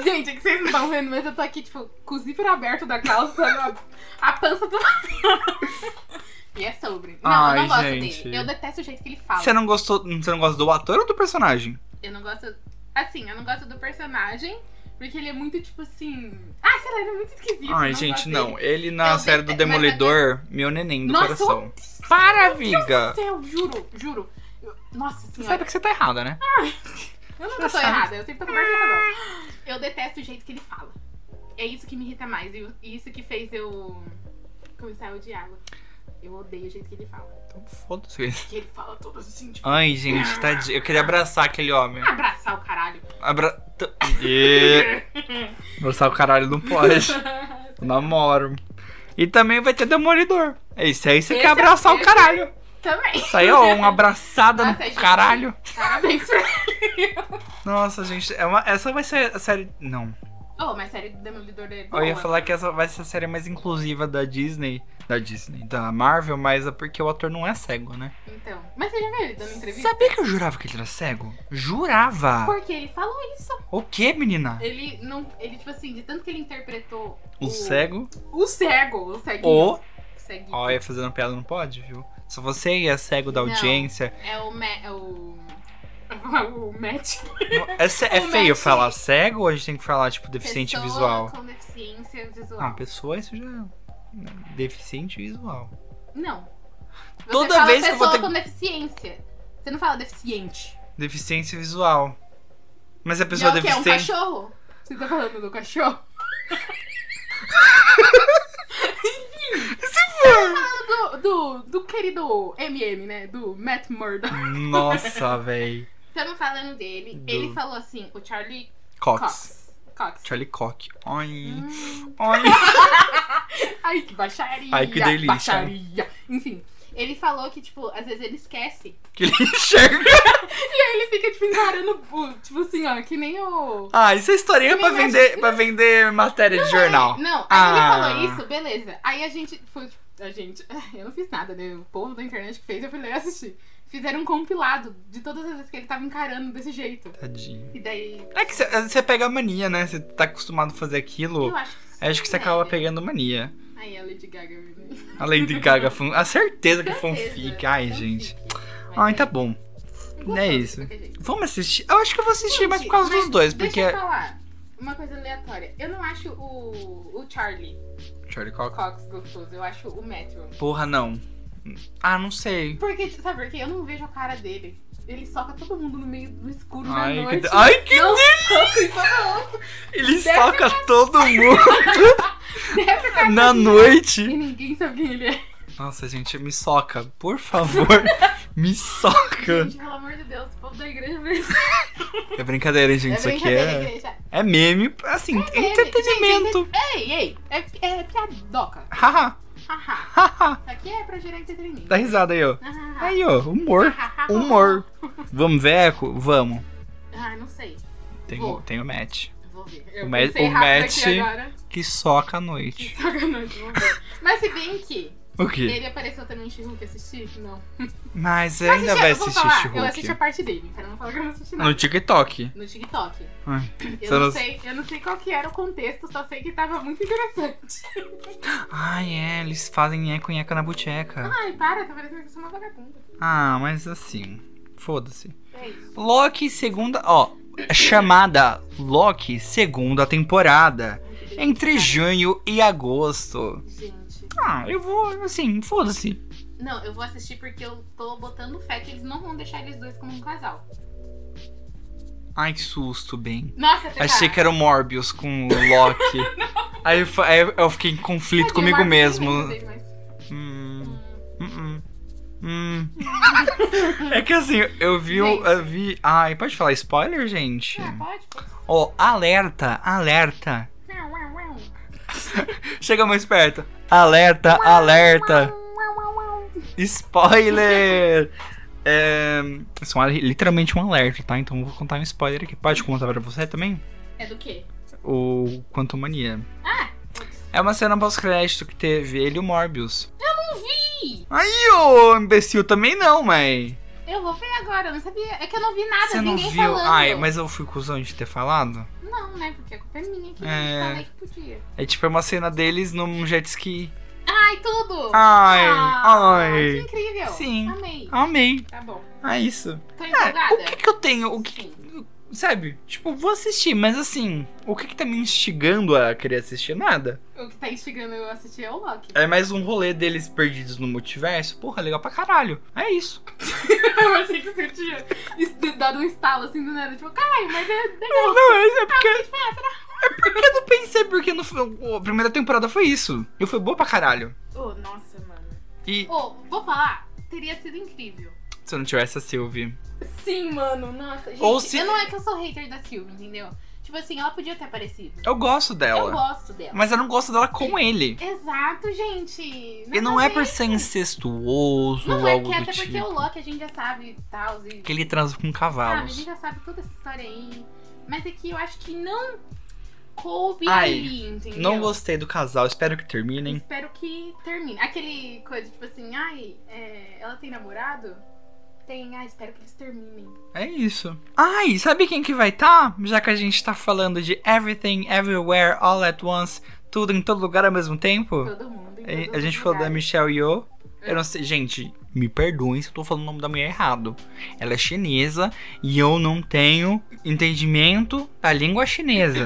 Gente, é que vocês não estão vendo, mas eu tô aqui, tipo, com o zíper aberto da calça, a, a pança do... e é sobre. Não, eu
Ai,
não gosto
gente.
dele. Eu detesto o jeito que ele fala.
Você não gostou, você não gosta do ator ou do personagem?
Eu não gosto. Assim, eu não gosto do personagem, porque ele é muito tipo assim. Ah, sei lá, ele é muito esquisito. eu
Ai,
gosto
gente,
dele.
não. Ele na
Eu
série do
dete- mas eu
Demolidor, meu neném do
Nossa,
coração. Para, amiga!
Céu, juro, juro. Eu- Nossa
Você
senhora.
sabe que você tá errada, né?
Eu
você
nunca tô
sabe.
errada, eu sempre tô coberta de razão. Eu detesto o jeito que ele fala. É isso que me irrita mais. E o- e isso que fez eu começar a odiá-lo. Eu odeio o jeito que ele fala.
Então foda-se.
Que ele fala todo assim, tipo. "Ah,
Ai, gente, tadinho. Eu queria abraçar aquele homem.
Abraçar o caralho.
Abra... t- E... Abraçar o caralho não pode. Eu namoro. E também vai ter Demolidor. Esse aí você
Esse
quer abraçar
é-
o caralho.
Também.
Isso aí, ó, uma abraçada
Nossa,
no
gente.
caralho.
Parabéns pra
Nossa, gente, é uma- essa vai ser a série. Não.
Oh, mas série do Demolidor é boa.
Eu ia falar que essa vai ser a série mais inclusiva da Disney. Da Disney, da Marvel, mas é porque o ator não é cego, né?
Então. Mas você já viu ele dando entrevista?
Sabia que eu jurava que ele era cego? Jurava!
Porque ele falou isso.
O que, menina?
Ele não. Ele, tipo assim, de tanto que ele interpretou.
O cego.
O cego. O ceguinho.
O.
ceguinho.
Ó, ia fazendo piada, não pode, viu? Se você é cego da
Não.
audiência.
É o. Ma- é o. O Matt.
É, ce- é
O
feio
Matt-
falar cego ou a gente tem que falar, tipo, deficiente
Pessoa
visual?
Com deficiência visual.
Não, pessoa, isso já. é Deficiente visual.
Não. Você
Toda
fala
vez que eu
pessoa
vou ter-
com deficiência. Você não fala deficiente.
Deficiência visual. Mas a pessoa
não, que é um
deficiente.
cachorro. Você tá falando do cachorro? Enfim. Você tá falando do, do, do querido MM, né? Do Matt Murdock.
Nossa, véi.
Estamos falando dele.
Do-
Ele falou assim, o Charlie
Cox.
Cox. Cox.
Charlie Cox. Oi.
Hum.
Oi.
Ai, que baixaria.
Ai, que delícia.
Baixaria. Enfim, ele falou que, tipo, às vezes ele esquece.
Que ele enxerga.
E aí ele fica, tipo, encarando, o- tipo assim, ó, que nem o...
Ah, isso é historinha
Ele
pra
mexe-
vender, pra vender matéria de jornal.
Não, aí
Ah.
ele falou isso, beleza. Aí a gente, foi, tipo, a gente, eu não fiz nada, né? O povo da internet que fez, eu falei, assistir. Fizeram um compilado de todas as vezes que ele tava encarando desse jeito.
Tadinho.
E daí,
É que você pega a mania, né? Você tá acostumado a fazer aquilo. É,
eu acho que...
Acho que você
sim,
acaba
né?
pegando mania.
Aí a Lady Gaga... né?
A Lady Gaga, fan- a certeza que é
Certeza,
fanfic. Ai,
fanfic.
gente.
Mas
Ai,
é
tá bom.
gostoso,
é isso.
de qualquer jeito.
Vamos assistir. Eu acho que eu vou assistir, mas por
Gente,
causa
mas
dos dois,
Deixa
porque. é-
eu falar uma coisa aleatória. Eu não acho o, o Charlie
Charlie Cox.
Cox gostoso, eu acho o Matthew.
Porra, não. Ah, não sei.
Porque, sabe por quê? Eu não vejo a cara dele. Ele soca todo mundo no meio do escuro
Ai,
na
que
noite.
de- Ai, que
não, soca em todo mundo.
Ele
Deve
soca todo mundo
Deve ficar
na
assim.
noite.
E ninguém sabe quem ele é.
Nossa, gente, me soca. Por favor, me soca.
Gente, pelo amor de Deus, o povo da igreja vê isso.
É brincadeira, gente.
É
Isso aqui
brincadeira,
é,
igreja.
é meme, assim,
meme.
entretenimento.
Ei, ei, é, é piadoca.
Haha,
Haha.
haha.
Isso aqui é pra gerar entretenimento.
Dá risada aí, ó.
Ah,
Tá Aí, ó, humor. Humor. Vamos ver, Eco? Vamos.
Ah, não sei.
Tem,
Vou.
o- tem o Matt.
Vou ver. Eu
O Ma-
pensei
o
rápido
Matt-
aqui agora.
Que soca à noite.
Que sacanagem, vou ver. Mas se bem que
O quê?
ele apareceu também em She-Hulk, assisti? Não.
Mas
Mas
ainda
assisti-
vai
eu vou
assistir
falar, Eu assisti a
She-Hulk.
parte dele, pra não falar que eu não assisti nada.
No TikTok.
No TikTok.
Ai,
Eu
você
não,
não-
sei, eu não sei qual que era o contexto, só sei que tava muito interessante.
Ai, é, eles fazem eco em eco na bucheca.
Ai, para, tá parecendo que eu sou uma vagabunda.
Ah, mas assim, foda-se.
É isso.
Loki, segunda. Ó, chamada Loki, segunda temporada.
Tá.
Entre junho e agosto.
Gente.
Ah, eu vou, assim, foda-se.
Não, eu vou assistir porque eu tô botando fé que eles não vão deixar eles dois como um casal.
Ai, que susto, bem.
Nossa, você
Achei
tá.
que era o Morbius com o Loki. aí, eu, fa- aí eu- eu fiquei em conflito comigo mesmo. Hum, hum, hum, hum. é que assim, eu vi, o- eu vi. Ai, pode
Tá.
falar spoiler, gente?
Ah, pode, pode.
Ó, alerta, alerta. Chega mais perto. Alerta, alerta. Spoiler! É, isso é um- literalmente um alerta, tá? Então eu vou contar um spoiler aqui. Pode contar pra você também?
É do quê?
O Quantumania. É uma cena pós-crédito que teve ele e o Morbius.
Ih,
Aí, ô imbecil, também não, mãe.
eu vou ver agora, eu não sabia. É que eu não vi nada,
Você não
ninguém
viu?
falando.
Ai, mas eu fui cuzão de ter falado.
Não, né? Porque a culpa é minha que
É.
eu falei que podia.
É tipo é uma cena deles num jet ski.
Ai, tudo!
Ai,
Ah, Que
ai.
incrível!
Sim.
Amei.
Amei.
Tá bom.
É isso.
Tô
É,
empolgada?
o que que eu tenho? O que que Sabe? Tipo, vou assistir, mas assim, o que que tá me instigando a querer assistir? Nada.
O que tá instigando eu a assistir é o Loki.
É mais um rolê deles perdidos no multiverso. Porra, legal pra caralho. É isso.
eu achei que você tinha es- dado um estalo assim do nada. Tipo, caralho, mas é Ah, legal.
Não, não, é, é porque. É porque eu não pensei, porque no, a primeira temporada foi isso. E foi boa pra caralho.
Oh, nossa, mano.
E
Oh, vou falar. Teria sido incrível.
se eu não tivesse a Sylvie.
Sim, mano. Nossa, gente.
Ou se-
Eu não é que eu sou hater da Sylvie, entendeu? Tipo assim, ela podia ter aparecido.
Eu gosto
Eu
dela.
gosto dela.
Mas eu não gosto dela com ele.
Exato, gente. assim.
E não
Nada a
é
ver.
por ser incestuoso
Não
ou
é que
algo
até
do
porque o
tipo.
Loki a gente já sabe e tal. E...
Que ele transa com
Sabe, a gente
cavalos.
já sabe toda essa história aí. Mas é que eu acho que não coube
Ai,
ali, entendeu?
Não gostei do casal, espero que terminem.
Espero que termine. Aquele coisa, tipo assim, ai, é, ela tem namorado? Tem, ai, espero que eles terminem.
É isso. Ai, sabe quem que vai tá? Já que a gente tá falando de everything, everywhere, all at once, tudo em todo lugar ao mesmo tempo.
Todo mundo. em todos
A
os
gente falou da
lugares. É.
Michelle Yeoh. Eu não sei, gente, me perdoem se eu tô falando o nome da mulher errado. Ela é chinesa e eu não tenho entendimento da língua chinesa,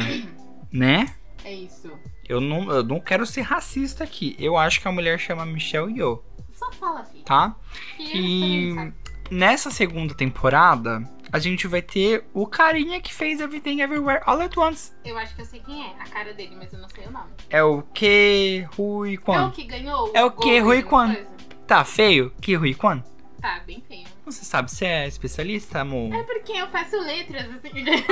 né?
É isso.
Eu não, eu não quero ser racista aqui. Eu acho que a mulher chama Michelle Yeoh,
Só fala, filho.
tá? E
Que eles também sabem.
nessa segunda temporada, a gente vai ter o carinha que fez Everything Everywhere All at Once.
Eu acho que eu sei quem é, a cara dele, mas eu não sei o nome.
É o que Rui
É o
Kwan.
que ganhou
É o que,
Golden,
Rui
alguma
Kwan?
coisa?
Tá feio? Que Rui Kwan?
Tá, bem feio.
Você sabe, você é especialista, amor?
É porque eu faço letras, assim.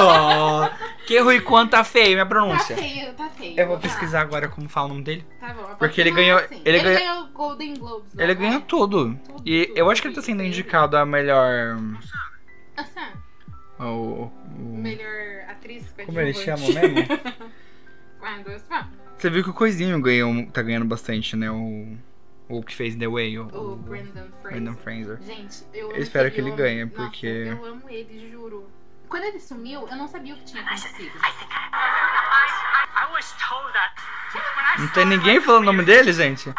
oh, que Rui Kwan tá feio, minha
tá
pronúncia.
feio, tá feio.
Eu vou
tá.
pesquisar agora como fala o nome dele.
Tá bom.
Porque ele ganhou- ele
Ele
ganhou-
ganhou Golden Globes. né?
Ele ganhou tudo.
tudo,
E
tudo,
eu acho que ele
tudo,
tá sendo
tudo.
indicado a melhor.
Nossa,
o- o-
melhor atriz.
Como ele
coadjuvante.
chama mesmo?
Quando eu- ah,
Você viu que o Coisinho ganhou, tá ganhando bastante, né? O, o que fez The Way. O,
O Brandon Fraser.
Brandon Fraser.
Gente, eu amo
Eu espero que
aquele
ele
homem.
ganhe,
Nossa,
porque-
eu amo ele, juro. Quando ele sumiu, eu não sabia o que tinha acontecido.
I was told that when I
Não tem ninguém falando o nome dele, gente?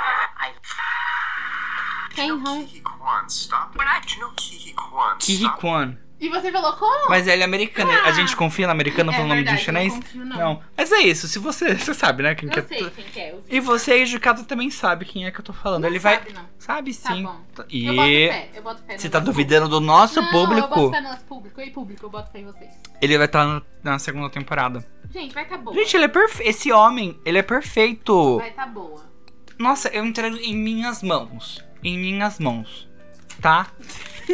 Ken Hong.
Kihi Kwan stopped. When I do you know Kihi Kwan
Kihi
stopped?
Kwan.
E você falou como?
Mas ele é americano. A gente confia no americano
É
falando o nome de um
verdade, eu não
chinês?
confio, não.
Mas é isso. Se você. Você sabe, né? Quem que é
Eu sei quem que é. eu vi.
E você aí de casa também sabe quem é que eu tô falando.
Não
ele vai.
sabe, não.
Sabe
Tá
sim.
bom.
E.
Eu boto fé, eu boto fé.
Você
no
tá
nosso
duvidando do nosso
público. Não, eu boto
público?
fé no nosso público. E público, eu boto fé em vocês.
Ele vai estar na segunda temporada.
Gente, vai tá boa.
Gente, ele é perfeito. Esse homem, ele é perfeito.
Vai tá boa.
Nossa, eu entrego em minhas mãos. Em minhas mãos. Tá?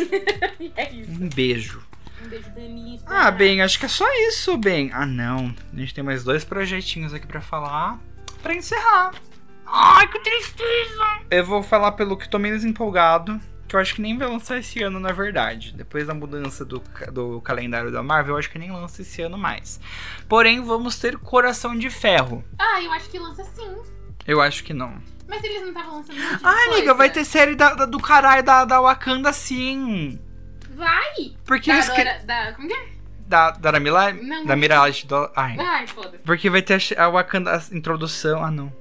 é isso.
Um beijo.
Um beijo, Denise.
Ah, bem, acho que é só isso, bem. Ah, não. A gente tem mais dois projetinhos aqui pra falar. Pra encerrar. Ai, que tristeza! Eu vou falar pelo que tô menos empolgado. Que eu acho que nem vai lançar esse ano, na verdade. Depois da mudança do, ca- do calendário da Marvel, eu acho que nem lança esse ano mais. Porém, vamos ter Coração de Ferro.
Ah, eu acho que lança sim.
Eu acho que não.
Mas eles não estavam lançando um monte de
Ah, amiga,
coisa.
vai ter série da, da- do caralho da, da Wakanda sim.
Vai!
Porque
da,
eles que...
Dora- da- Como que é?
Da, da Ramila...
Não,
Da
não.
Mirage... Do... Ai.
Ai, foda-se.
Porque vai ter a, chi- a Wakanda a introdução. Ah, não.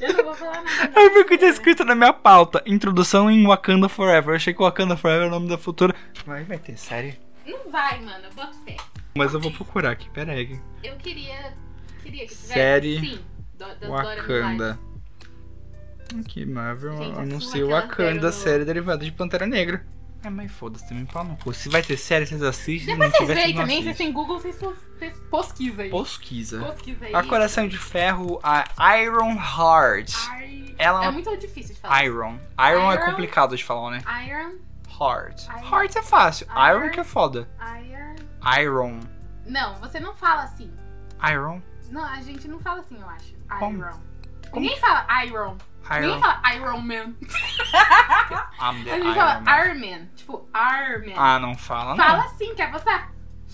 Eu não vou falar nada. não.
Eu vi o que tá escrito na minha pauta. Introdução em Wakanda Forever. Eu achei que Wakanda Forever é o nome da futura. Vai, vai ter série.
Não vai, mano. Eu boto fé.
Mas eu vou procurar aqui, pera aí.
Eu queria. Queria que tivesse.
Série
Sim. Do, das Dora Milaje.
Wakanda. Aqui, Marvel
Gente,
anuncia
aquela
Wakanda,
série do-
série derivada de Pantera Negra. É, mas foda-se, também fala no cu. Se vai ter série, vocês assistem.
Depois
se não
vocês
tiver,
veem
não
também, vocês
assistem.
têm Google, vocês pos- vocês pesquisam aí.
Pesquisa.
Pesquisa aí.
A Coração de Ferro, a Iron Heart.
Ai,
Ela-
É muito difícil de falar.
Iron. Iron é
Iron.
complicado de falar, né?
Iron.
Heart.
Iron.
Heart é fácil. Iron
Iron.
que é foda.
Iron.
Iron.
Não, você não fala assim.
Iron?
Não, a gente não fala assim, eu acho.
Como?
Iron.
Como?
Ninguém fala Iron. Ninguém
Iron.
fala Iron Man.
I'm the
A gente
Iron
fala
Man.
Iron Man. Tipo, Iron Man.
Ah, não fala, não.
Fala assim, quer apostar?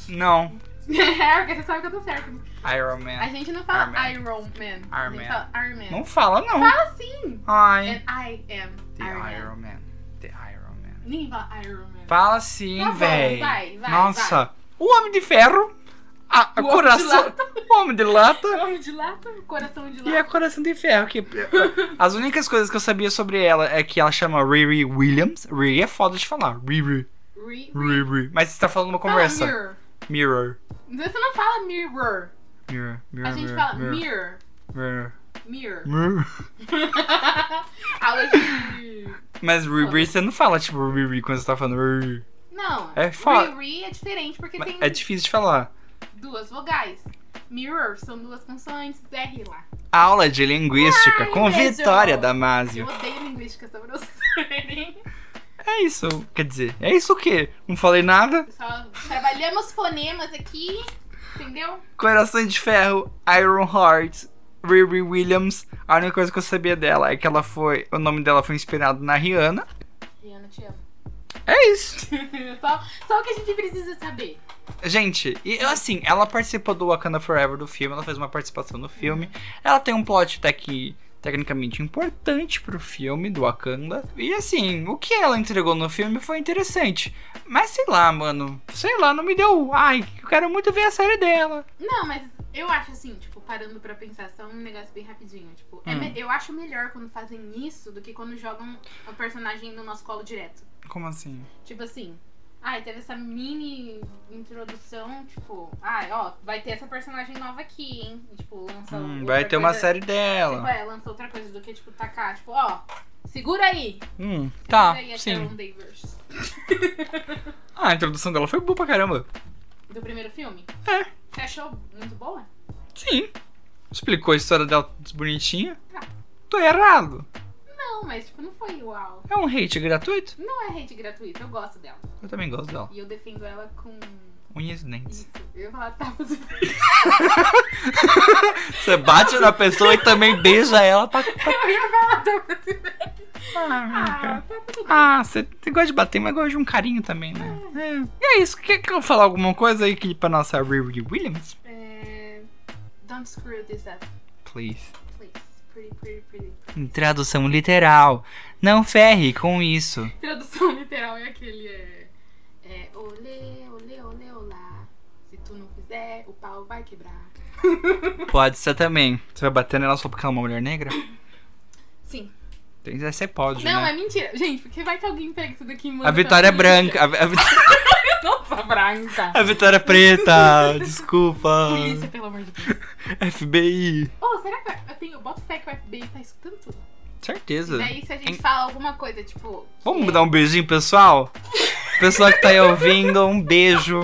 Não.
é, porque você sabe que eu tô certo.
Iron
A
Man.
gente não fala
É. Iron Man.
Iron Man. a
Iron Man.
gente fala Iron Man.
Não fala, não.
Fala assim.
Ai.
And I am
The
Iron, Man.
Iron Man. The Iron Man.
Ninguém fala Iron Man.
Fala sim,
Tá bom,
véi.
vai, vai,
Nossa. O Homem de Ferro. A, a
O Homem de
coração.
Lata.
O Homem de Lata.
Homem de lata, coração de
E é a
lata.
Coração de Ferro, que as únicas coisas que eu sabia sobre ela é que ela chama Riri Williams. Riri é foda de falar. Riri,
Re-
Riri. Mas você tá falando uma
fala
conversa.
mirror.
Mirror.
Você não fala mirror.
Mirror, mirror.
A gente
mirror,
fala
mirror,
mirror.
mirror,
Mirror.
mirror.
Aula de.
Mas Riri, você não fala tipo Riri quando você tá falando Riri.
Não.
É fa-
Riri é diferente porque
Mas
tem
É difícil de falar.
duas vogais. Mirror são duas consoantes, R lá.
Aula de linguística
Ai,
com
beijo.
Vitória
Eu
Damasio.
odeio linguística sobre os
É isso, quer dizer, é isso o quê? Não falei nada?
Só trabalhamos fonemas aqui, entendeu?
Coração de Ferro, Iron Heart, Riri Williams. A única coisa que eu sabia dela é que ela foi. O nome dela foi inspirado na Rihanna.
Rihanna, te amo.
É isso.
só, só o que a gente precisa saber.
Gente, e assim, ela participou do Wakanda Forever do filme, ela fez uma participação no filme. Ela tem um plot até que tecnicamente importante pro filme do Wakanda. E assim, o que ela entregou no filme foi interessante. Mas sei lá, mano. Sei lá, não me deu. Ai, eu quero muito ver a série dela.
Não, mas eu acho assim, tipo, parando pra pensar, só um negócio bem rapidinho. Tipo, é
Hum.
me- eu acho melhor quando fazem isso do que quando jogam o personagem no nosso colo direto.
Como assim?
Tipo assim, ai, teve essa mini introdução, tipo, ai, ó, vai ter essa personagem nova aqui, hein? E, tipo, lança
Hum,
outra
vai ter uma
coisa-
série
Tipo,
dela.
é, lança outra coisa do que, tipo, tacar, tipo, ó, segura aí.
Hum, tá,
segura aí até
sim.
um day verse.
Ah, a introdução dela foi boa pra caramba.
Do primeiro filme?
É.
Você achou muito boa?
Sim. Explicou a história dela bonitinha.
Ah.
Tô errado.
Não, mas, tipo, não foi uau.
É um hate gratuito?
Não é rede gratuita, eu gosto dela.
Eu também gosto dela.
E eu defendo ela com.
Unhas e dentes.
Isso. Eu ia falar tapas e
Você bate na pessoa e também beija ela pra.
Eu ia falar tapas e Ah,
Ah,
tapas
ah, você gosta de bater, mas gosta de um carinho também, né? É. E é isso. Quer que eu falar alguma coisa aí que pra nossa Riri Williams?
é... Don't screw this up,
Please.
please. Pretty, pretty, pretty.
Em tradução literal. Não ferre com isso.
Tradução literal é aquele. É, é olê, olê, olê, olá. Se tu não fizer, o pau vai quebrar.
Pode ser também. Você vai bater nela só porque ela é uma mulher negra?
Sim.
Tem que ser pode,
Não,
né?
é mentira. Gente, porque vai que alguém pega isso daqui e manda.
A Vitória é
pra
branca. A, a, Vi-
polícia. Nossa, branca.
a Vitória é preta. Desculpa.
Polícia, pelo amor de Deus.
FBI.
Ô, será que eu tenho. Bota fé que o FBI tá escutando tudo.
Certeza.
Daí se a gente
Hein?
fala alguma coisa, tipo.
Vamos dar um beijinho, pessoal? Pessoal que tá aí ouvindo, um beijo.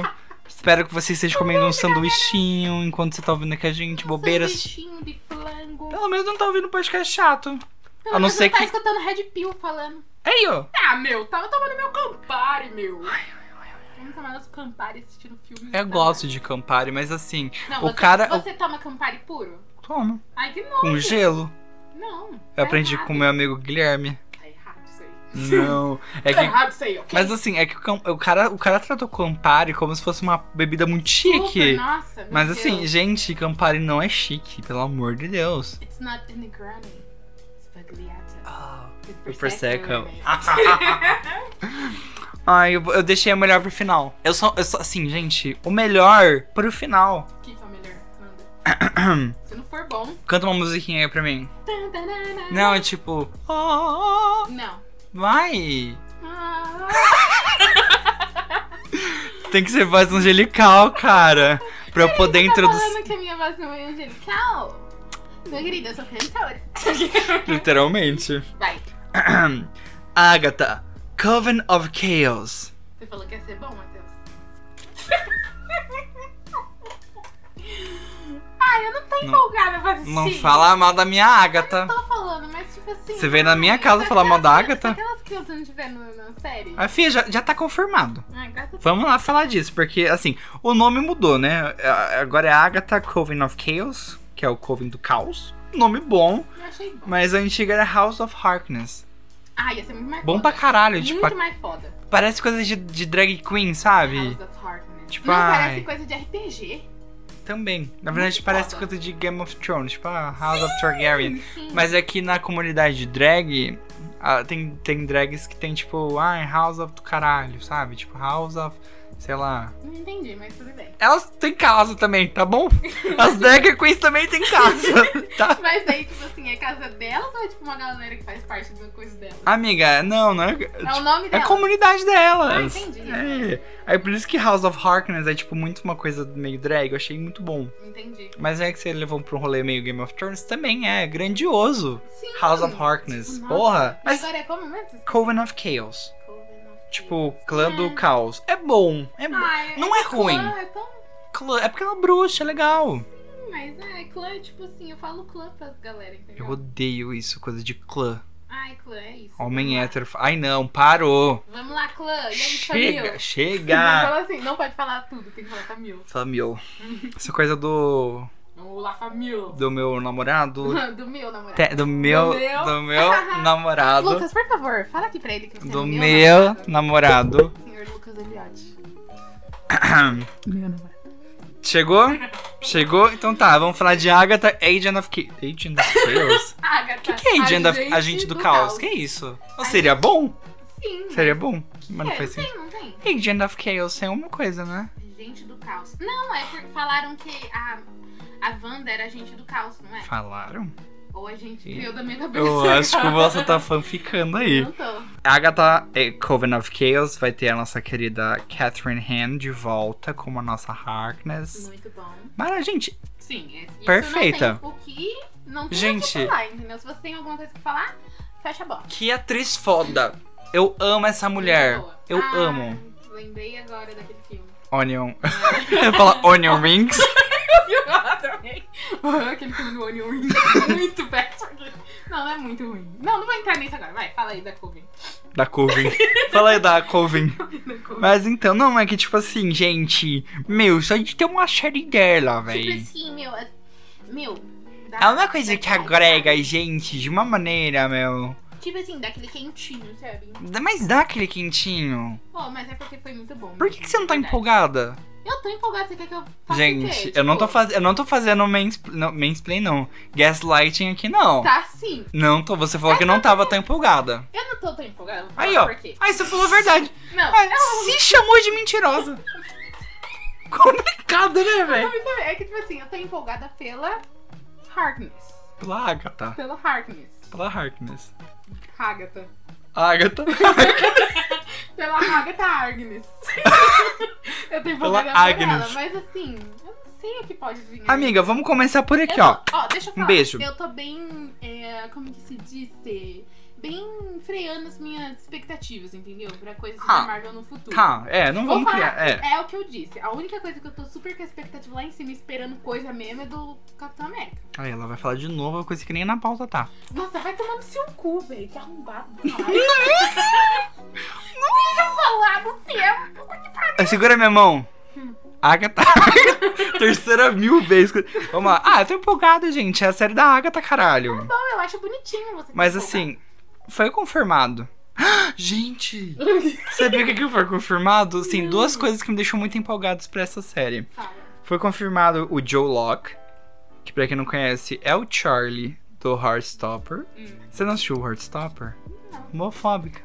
Espero que você esteja comendo um sanduichinho enquanto você tá ouvindo aqui a gente, bobeiras.
sanduichinho um de flango.
Pelo menos não tá ouvindo podcast chato.
Pelo
a não
menos
ser
tá
que-
escutando Red Pill falando.
Aí, ó.
Ah, meu, tava tomando meu Campari, meu. Vamos tomar nosso Campari assistindo filmes.
Eu gosto de Campari, mas assim,
Não,
o
você,
cara-
Você toma Campari puro?
toma.
Ai, que nojo.
Com gelo.
Não. tá
Eu aprendi
errado.
com meu amigo Guilherme.
Tá errado isso aí.
Não. É
Tá
que.
errado isso aí, ok?
Mas assim, é que o, cam- o cara, o cara tratou Campari como se fosse uma bebida muito
Super,
chique.
Nossa, meu
Mas
Deus.
assim, gente, Campari não é chique, pelo amor de Deus.
It's not in the granny. It's Bagliata.
Ah.
It's
O
Prosecco.
Prosecco. ah, Ai, eu, eu deixei a melhor pro final. Eu só, eu só, assim, gente, o melhor pro final.
Que foi o melhor? Manda. Se não for bom.
Canta uma musiquinha aí pra mim.
Tan, tan, tan, tan.
Não, é tipo. "Oh, oh,
Não.
oh". vai!
Ah,
Tem que ser voz angelical, cara. Pra eu poder
tá
introduzir.
falando que a minha voz não é angelical? Meu querido, eu sou cantora. é
Então. Literalmente.
Vai.
Agatha, Coven of Chaos.
Você falou que ia ser bom, Matheus. Ai, eu não tô empolgada pra assistir.
Não fala mal da minha Agatha.
Tô falando, mas tipo assim.
Você veio na minha
ai,
casa
se
falar mal da
aquelas-
Agatha?
Se aquelas crianças não tiver no- na série.
Ah, filha, já, já tá confirmado.
Ai, graças
Vamos lá falar disso, porque assim, o nome mudou, né? A- Agora é Agatha Coven of Chaos, que é o Coven do Caos. Nome bom,
Eu achei bom.
mas a antiga era House of Harkness.
Ah, ia ser muito mais
Bom
foda.
pra caralho,
Muito
tipo, a-
mais foda.
parece coisa de, de drag queen, sabe?
House of Harkness.
Tipo,
Não,
ai.
parece coisa de RPG.
Também. Na verdade,
Muito
parece
foda.
coisa de Game of Thrones, tipo a House of Targaryen.
Sim.
Mas aqui na comunidade de drag, ah, tem, tem drags que tem tipo, ah, House of do caralho, sabe? Tipo, House of, sei lá.
Não entendi, mas tudo bem.
Elas têm casa também, tá bom? As drag queens também têm casa, tá?
Mas daí, tipo assim, é casa delas ou é tipo uma galera que faz parte do coisa delas?
Amiga, não, não é.
É o
tipo,
nome
é a
delas.
comunidade delas.
Ah, entendi.
É. Aí por isso que House of Harkness é tipo muito uma coisa meio drag, eu achei muito bom.
Entendi.
Mas é que você levou pra um rolê meio Game of Thrones também é grandioso.
Sim.
House of Harkness.
Tipo, nossa.
Porra.
E
Mas
agora é como mesmo?
Coven of Chaos.
Coven of
Tipo, clã do caos. É bom. É bom.
Hum. Ah,
Não é
clã,
ruim.
É tão...
Clã- é porque ela é bruxa, é legal.
Mas é, clã é tipo assim, eu falo clã pra galera, entendeu?
Eu odeio isso, coisa de clã.
Ai, clã, é isso.
Homem
Vamos lá.
hétero. Ai não, parou.
Vamos lá, clã. E aí,
Chega,
Camil?
chega.
Fala assim, não pode falar tudo, tem que falar Camil.
Famil. Essa é coisa do.
Ou lá, Famil.
do meu namorado.
Do meu namorado.
te- do meu.
Do meu.
Do meu namorado.
Lucas, por favor, fala aqui pra ele que você é
Do
meu
meu
namorado.
namorado.
Senhor Lucas Eliotti.
Chegou? Chegou? Então tá, vamos falar de Agatha, Agent of Chaos. Agent of Chaos?
Agatha.
O que é Agent of Agente do Caos? Que é isso? Ou seria bom?
Sim.
Seria bom? Mas não
É,
faz sentido.
tem, não tem.
Agent of Chaos é uma coisa, né?
Gente do caos. Não, é porque falaram que a, a Wanda era agente do caos, não é?
Falaram?
Ou a gente
Sim.
criou da minha cabeça.
Eu acho que você tá fanficando aí.
Não tô.
Agatha eh, Coven of Chaos vai ter a nossa querida Catherine Han de volta como a nossa Harkness.
Muito bom.
Mas, gente,
Sim, é, isso
Perfeita.
Não tem o que não tem o
Gente.
que falar, entendeu? Se você tem alguma coisa que falar, fecha a bola.
que atriz foda. Eu amo essa mulher.
Boa.
Eu
Ah,
amo.
Lembrei agora daquele filme.
Onion. Fala Onion Rings.
Aquele filme do Onion Ring é muito péssimo. Não, não é muito ruim. Não, não vou entrar nisso agora. Vai, fala aí da Coven.
Da Coven. Fala aí da Coven.
Da Coven.
Mas então, não, é que tipo assim, gente. Meu, só de ter uma série dela,
Tipo
véi.
assim, meu. é- Meu. dá-
É uma coisa que
dá-
agrega a gente de uma maneira, meu.
Tipo assim, dá aquele quentinho, sabe?
Dá- Mas dá aquele quentinho.
Pô, mas é porque foi muito bom.
Por que, que você não tá
Verdade.
empolgada?
Eu tô empolgada, você quer que eu faça o quê?
Gente,
Tipo,
eu não, tô faz... eu não tô fazendo mainspl... não, mansplain, não. Gaslighting aqui, não.
Tá sim.
Não tô. Você falou que não tava tão empolgada.
Eu não tô tão empolgada. vou
Aí,
falar
ó.
Por quê?
Aí você falou a verdade.
Não,
Ah, se chamou de mentirosa. Complicado, né, velho?
é que, tipo assim, eu tô empolgada pela Harkness.
Pela Agatha.
Pela Harkness.
Pela Tá. Harkness.
Agatha.
Agatha.
Pela Agatha Agnes. eu tô empolgada
Pela
por
Agnes.
ela, mas assim, eu não sei o que pode vir. aí.
Amiga, vamos começar por
Eu
aqui,
tô-
ó. Um
Ó, deixa eu falar.
beijo.
Eu tô bem, é, como que se disse? Bem freando as minhas expectativas, entendeu? Pra coisas
Ah.
da Marvel no futuro.
Tá, é, não
Vou
vamos
falar,
criar. É.
o que eu disse. A única coisa que eu tô super com a expectativa lá em cima, esperando coisa mesmo, é do Capitão América.
Aí ela vai falar de novo, a coisa que nem na pauta tá.
Nossa, vai tomando seu cu, velho. Que arrombado. do caralho. Deixa eu falar do tá tempo.
Ah, Segura minha mão. Agatha. Terceira mil vezes. que- Vamos lá. Ah, eu tô empolgado, gente. É a série da Agatha, caralho.
Não, eu acho bonitinho você.
Mas
ter empolgado.
assim, foi confirmado. Ah, Gente! Sabia o que que foi confirmado? Sim, duas coisas que me deixam muito empolgados pra essa série.
Fala.
Foi confirmado o Joe Locke, que pra quem não conhece é o Charlie do Heartstopper.
Hum.
Você não assistiu o Heartstopper?
Não.
Homofóbica.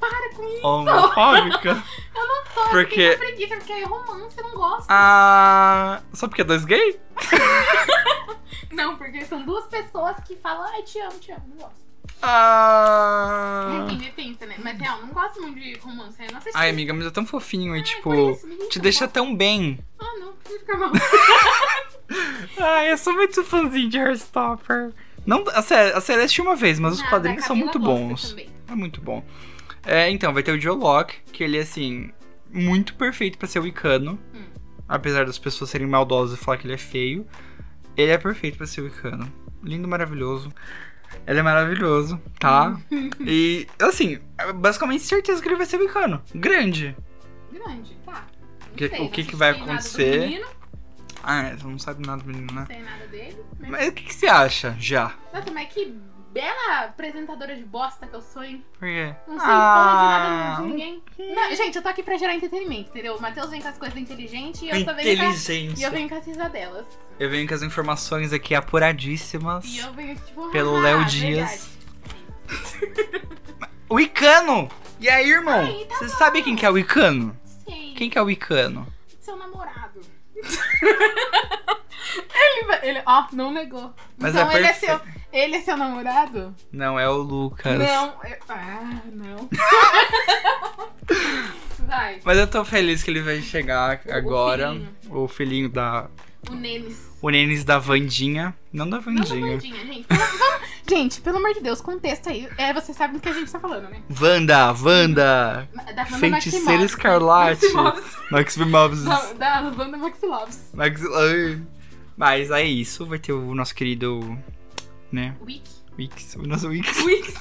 Para com isso.
Homofóbica?
Eu não tô.
Porque-
Eu tenho preguiça, porque é romance, eu não gosto.
Ah. Só porque é dois gay?
Não, porque são duas pessoas que falam, ai, te amo, te amo, não gosto.
Ah.
É, em defesa, né? Mas real, não gosto muito de romance, eu não assisti.
Ai, amiga, mas é tão fofinho e
Ai,
tipo.
por isso, me irrita
Te
um
deixa
pouco.
tão bem.
Ah, não, precisa ficar mal.
Ai, eu sou muito fãzinho de Heartstopper. Não, a série, a série eu assisti uma vez, mas os
Ah,
quadrinhos
da
são
Camila
muito
gosta
bons.
também.
É muito bom. É, então, vai ter o Joe Locke, que ele é, assim, muito perfeito pra ser wicano.
Hum.
Apesar das pessoas serem maldosas e falar que ele é feio, ele é perfeito pra ser wicano. Lindo, maravilhoso. Ele é maravilhoso, tá? e, assim, basicamente certeza que ele vai ser wicano. Grande.
grande, tá. Não
Que-
sei,
o
não
que que
assisti
vai
nada do
acontecer?
menino,
Ah, você não sabe nada do menino, né?
Não sei nada dele. Mas...
Mas o que, que você acha já?
Nossa, mas que bela apresentadora de bosta que eu sou, hein?
Por quê?
Não sei porra de nada de
não-
ninguém. Não, gente, eu tô aqui pra gerar entretenimento, entendeu? O Matheus vem com as coisas inteligentes e eu só venho com a- E
Inteligência.
eu venho com as risadelas.
Eu venho com as informações aqui apuradíssimas.
E eu venho tipo.
Pelo
"Ah,
Léo
verdade."
Dias. O Icano! E aí, irmão?
Aí, tá
você sabe quem que é o Icano?
Sei.
Quem que é o Icano?
Seu namorado. ele, vai- ele, ó, não negou.
Mas
então
é
ele é
perfe-
seu. Ele é seu namorado?
Não, é o Lucas.
Não. eu- ah, não. vai.
Mas eu tô feliz que ele vai chegar agora. O filhinho da.
O Nemes.
O Nenes da Vandinha. Não da
Não da
Vandinha.
Vandinha, gente. Vamos- vamos- gente, pelo amor de Deus, contexto aí. É, vocês sabem do que a gente tá falando, né?
Wanda, Wanda!
Da Wanda
Feiticeira
Maximoff.
Escarlate.
Maximovs.
Max Bimovs.
Da, da Wanda Maxilovs.
Max. ai. Mas é isso. Vai ter o nosso querido. Né?
Wiki.
Wix. O nosso Wix.
Wiki.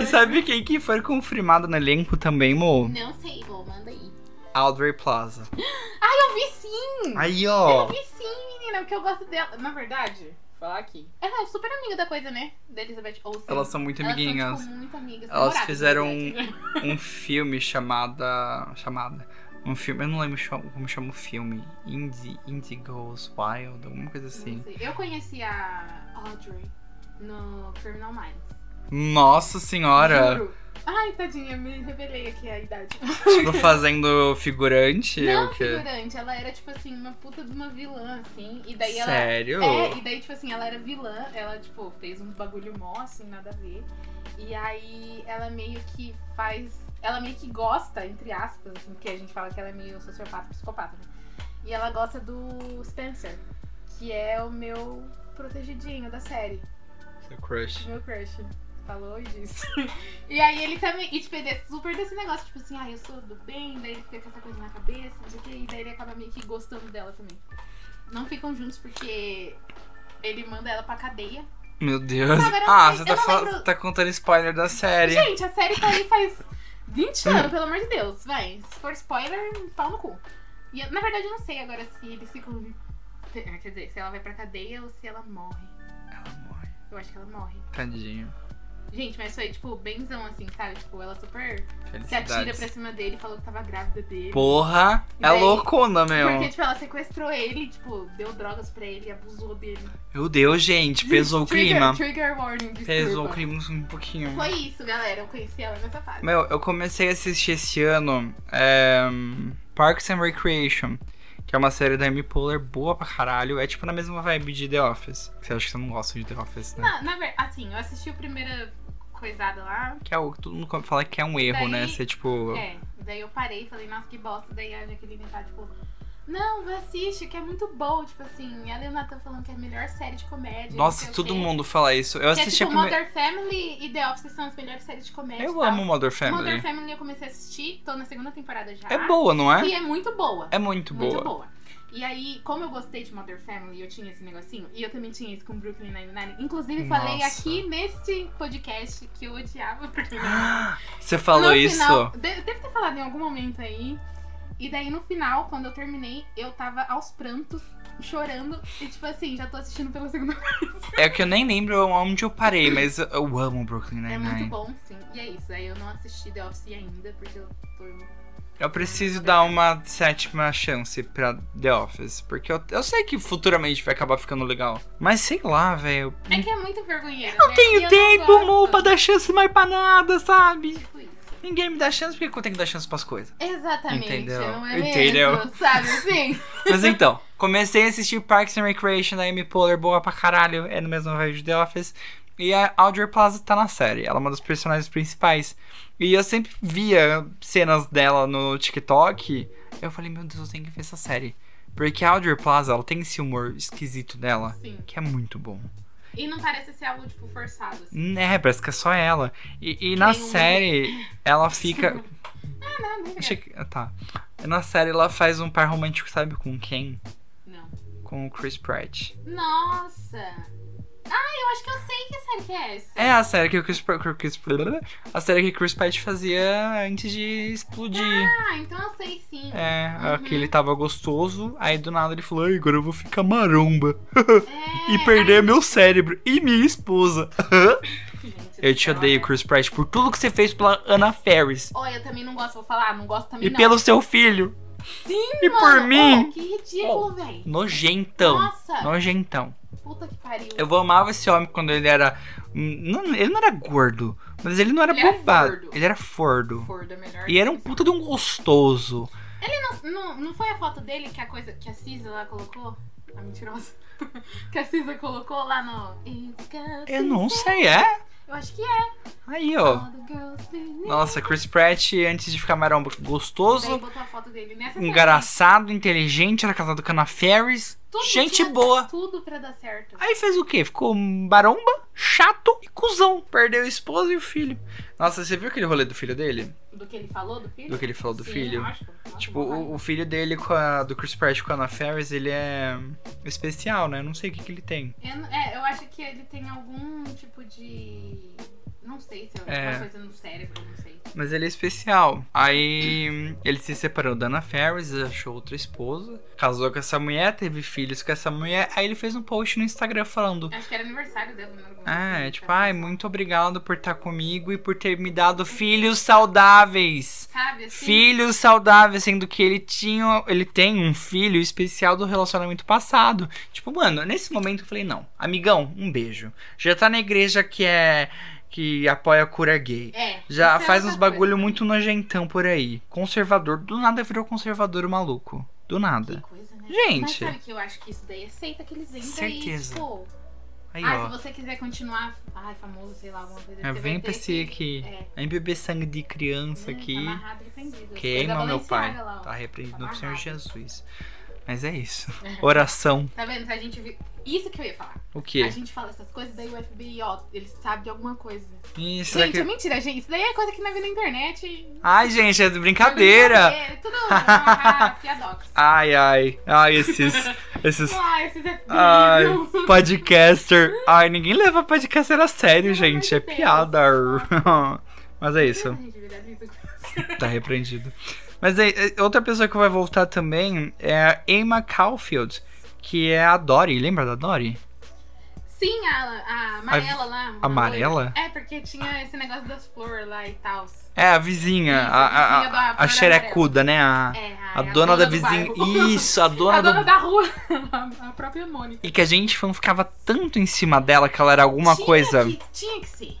E sabe quem que foi confirmado no elenco também, mo?
Não sei, vou, manda aí.
Audrey Plaza.
Eu vi sim!
Aí,
Eu
ó.
vi sim, menina, porque eu gosto dela. Na verdade, vou falar aqui. Ela é super amiga da coisa, né? Da Elizabeth Olsen.
Elas são muito
Elas são,
amiguinhas.
tipo, muito amigas.
Elas
namoradas, né,
fizeram
na verdade.
um filme chamada. Chamada. Um filme. Eu não lembro cham- como chama o filme. Indie, Indie Goes Wild, alguma coisa assim.
Não sei. Eu conheci a Audrey no Criminal Minds.
Nossa senhora!
Juro. Ai, tadinha, me revelei aqui a idade.
Tipo, fazendo figurante?
Não,
é o quê?
figurante, ela era tipo assim, uma puta de uma vilã, assim. E daí ela
Sério?
É, e daí, tipo assim, ela era vilã, ela, tipo, fez uns bagulho mó, assim, nada a ver. E aí ela meio que faz. Ela meio que gosta, entre aspas, assim, porque a gente fala que ela é meio sociopata, psicopata, né? E ela gosta do Spencer, que é o meu protegidinho da série,
Seu crush.
meu crush. Falou e disse. e aí ele também. E tipo, ele é super desse negócio, tipo assim, ah, eu sou do bem, daí ele fica com essa coisa na cabeça, não sei o quê, e daí ele acaba meio que gostando dela também. Não ficam juntos porque ele manda ela pra cadeia.
Meu Deus.
Não, agora eu
ah,
não sei,
você
eu
tá,
não
fal-
lembro.
tá contando spoiler da série.
Gente, a série tá aí faz 20 anos, pelo amor de Deus, vai. Se for spoiler, pau no cu. E eu- na verdade eu não sei agora se eles ficam. é, Quer dizer, se ela vai pra cadeia ou se ela morre.
Ela morre.
Eu acho que ela morre.
Tadinho.
Gente, mas foi tipo benzão assim, sabe? Tipo, ela super se atira pra
Felicidades.
cima dele, falou que tava grávida dele.
Porra!
E
É
daí-
loucona, meu.
Porque, tipo, ela sequestrou ele, tipo, deu drogas pra ele, abusou dele.
Meu Deus, gente. Pesou o
Trigger-
clima.
Trigger warning, desculpa.
Pesou o clima um pouquinho.
Foi isso, galera. Eu conheci ela nessa fase.
Meu, eu comecei a assistir esse ano é, Parks and Recreation, que é uma série da Amy Poehler boa pra caralho. É tipo na mesma vibe de The Office. Você acha que você não gosta de The Office, né?
Na, na verdade, assim, eu assisti a primeira coisada lá.
Que é o que todo mundo fala que é um erro,
Daí-
né? Você, tipo...
É, daí eu parei e falei, nossa, que bosta. Daí a Jaqueline tá, tipo, não, vai assiste, que é muito bom. Tipo assim, ela e o Nathan falando que é a melhor série de comédia. não sei
Nossa,
é o
todo
quê.
mundo fala isso. Eu
Que é
assisti
tipo,
a primeira...
Mother Family e The Office são as melhores séries de comédia.
Eu
tá?
amo Mother Family.
Mother Family eu comecei a assistir, tô na segunda temporada já.
É boa, não é?
E é muito boa.
É muito boa.
Muito boa. E aí, como eu gostei de Mother Family, eu tinha esse negocinho, e eu também tinha isso com Brooklyn Nine-Nine. Inclusive, falei
Nossa.
aqui neste podcast que eu odiava Brooklyn Nine-Nine.
Ah, Você falou
No
isso?
final- de- deve ter falado em algum momento aí. E daí no final, quando eu terminei, eu tava aos prantos, chorando. E tipo assim, já tô assistindo pela segunda vez.
É que eu nem lembro onde eu parei, mas eu- eu amo Brooklyn
É muito
Nine-Nine.
bom, sim. E é isso. Aí eu não assisti The Office ainda, porque eu tô.
Eu preciso dar uma sétima chance pra The Office, porque eu, eu sei que futuramente vai acabar ficando legal. Mas sei lá, velho.
É que é muito vergonheiro. Eu não
Tenho tempo, mo, pra dar chance mais pra nada, sabe?
Tipo isso.
Ninguém me dá chance, por que que eu tenho que dar chance pras coisas?
Exatamente.
Entendeu?
Não é
Entendeu?
mesmo, sabe assim?
Mas então, comecei a assistir Parks and Recreation da Amy Poehler, boa pra caralho, é no mesmo vibe de The Office. E a Audrey Plaza tá na série, ela é uma das personagens principais. E eu sempre via cenas dela no TikTok, eu falei, meu Deus, eu tenho que ver essa série. Porque a Audrey Plaza, ela tem esse humor esquisito dela,
Sim.
que é muito bom.
E não parece ser algo, tipo, forçado, assim.
É, parece que é só ela. E, e na
Nenhuma.
série, ela fica.
Ah, não, não.
Achei que- ah, Tá. Na série, ela faz um par romântico, sabe com quem?
Não.
Com o Chris Pratt.
Nossa! Ah, Eu acho que eu sei que série que é essa.
É a série que o Chris, que o Chris, a série que o Chris Pratt fazia antes de explodir.
Ah, então eu sei sim.
É,
Uhum.
aquele que ele tava gostoso, aí do nada ele falou, "Ai, agora eu vou ficar maromba
É,
e perder meu cérebro e minha esposa.
ai, gente,
Eu te
olha.
odeio, Chris Pratt, por tudo que você fez pela Ana Ferris.
Olha, eu também não gosto, vou falar, não gosto também
E
não.
pelo seu filho.
Sim,
e
mano.
por mim.
Oh, que ridículo, velho.
Nojentão.
Nossa,
Nojentão.
puta que pariu.
Eu amava esse homem quando ele era. hum, não- ele não era gordo, mas ele não era
Ele era
bobado.
fordo.
ele era fordo.
Ford é melhor.
E era um puta de um gostoso.
Não, não, não foi a foto dele que a coisa que a Cisa lá colocou? A mentirosa. que a Cisa colocou lá no. It's got
Eu não sei, é?
Eu acho que é.
Aí, ó.
All the girls be-
Nossa, Chris Pratt, antes de ficar maromba,
Daí
gostoso,
botou a foto dele nessa série.
engraçado, inteligente, era casado com a Ana Ferris.
Tudo
gente
tinha
boa.
Tudo pra dar certo.
Aí fez o quê? Ficou um baromba, chato e cuzão. Perdeu a esposa e o filho. Nossa, você viu aquele rolê do filho dele?
Do que ele falou do filho?
Do que ele falou do
Sim,
filho?
lógico. Nossa,
Tipo,
boa
o, o filho dele com a, do Chris Pratt com a Ana Ferris, ele é especial, né? Não sei o que, que ele tem.
Eu, não- é, eu acho que ele tem algum tipo de. Não sei se é alguma
É.
coisa no cérebro, não sei.
Mas ele é especial. Aí ele se separou da Ana Ferris, achou outra esposa, casou com essa mulher, teve filhos com essa mulher. Aí ele fez um post no Instagram falando:
Acho que era aniversário dela, não era assim.
Ah, é tipo, ai, muito obrigado por estar comigo e por ter me dado filhos saudáveis.
Sabe assim?
Filhos saudáveis, sendo que ele tinha. Ele tem um filho especial do relacionamento passado. Tipo, mano, nesse momento eu falei, não. Amigão, um beijo. Já tá na igreja que é. que apoia a cura gay.
É.
Já
isso é
faz
outra
uns bagulho
coisa.
muito nojentão por aí. Conservador, do nada virou conservador o maluco. Do
Que
nada.
coisa, né?
Gente.
Mas sabe que eu acho que isso daí é seita que eles entram
Certeza.
e, tipo...
Aí,
ah, se
ó.
você quiser continuar... Ai, famoso, sei lá, alguma coisa.
É,
você
vem
vai
pra
ter
esse
que-
aqui.
É.
Vem beber sangue de criança
Hum, tá
aqui.
amarrado e prendido. Coisa
Queima, meu pai.
Balenciaga lá, ó.
Tá repreendido no
Tá
Senhor
amarrado.
Jesus. Mas é isso. Oração.
Tá vendo? Se a gente... vi- Isso que eu ia falar.
O quê?
A gente fala essas coisas, daí o FBI, ó, eles sabem de alguma coisa.
Ih, será
Gente,
que-
é mentira, gente. Isso daí é coisa que não vê na internet.
Ai, gente, é de brincadeira.
É Tudo ah, piadox.
Ai, ai. Ai, esses. esses.
Ah, esses é
Ai,
terrível.
podcaster. Ai, ninguém leva podcaster a sério,
Pelo
gente. É
amor de Deus.
piada. Mas é isso.
Gente, verdade, isso.
Tá repreendido. Mas aí, é, outra pessoa que vai voltar também é a Emma Caulfield, que é a Dory. Lembra da Dory?
Sim, a, a amarela lá. uma
amarela?
loira. É, porque tinha esse negócio das flores lá e tal.
É, a vizinha,
Isso,
a,
a
a,
vizinha
a,
da
a
flor
xerecuda, né? A,
É,
a, dona, da
do
vizinha.
bairro.
Isso, a dona,
a dona
do...
da rua. a própria Mônica.
E que a gente fanficava tanto em cima dela que ela era alguma
Tinha
coisa. É
que- tinha que ser.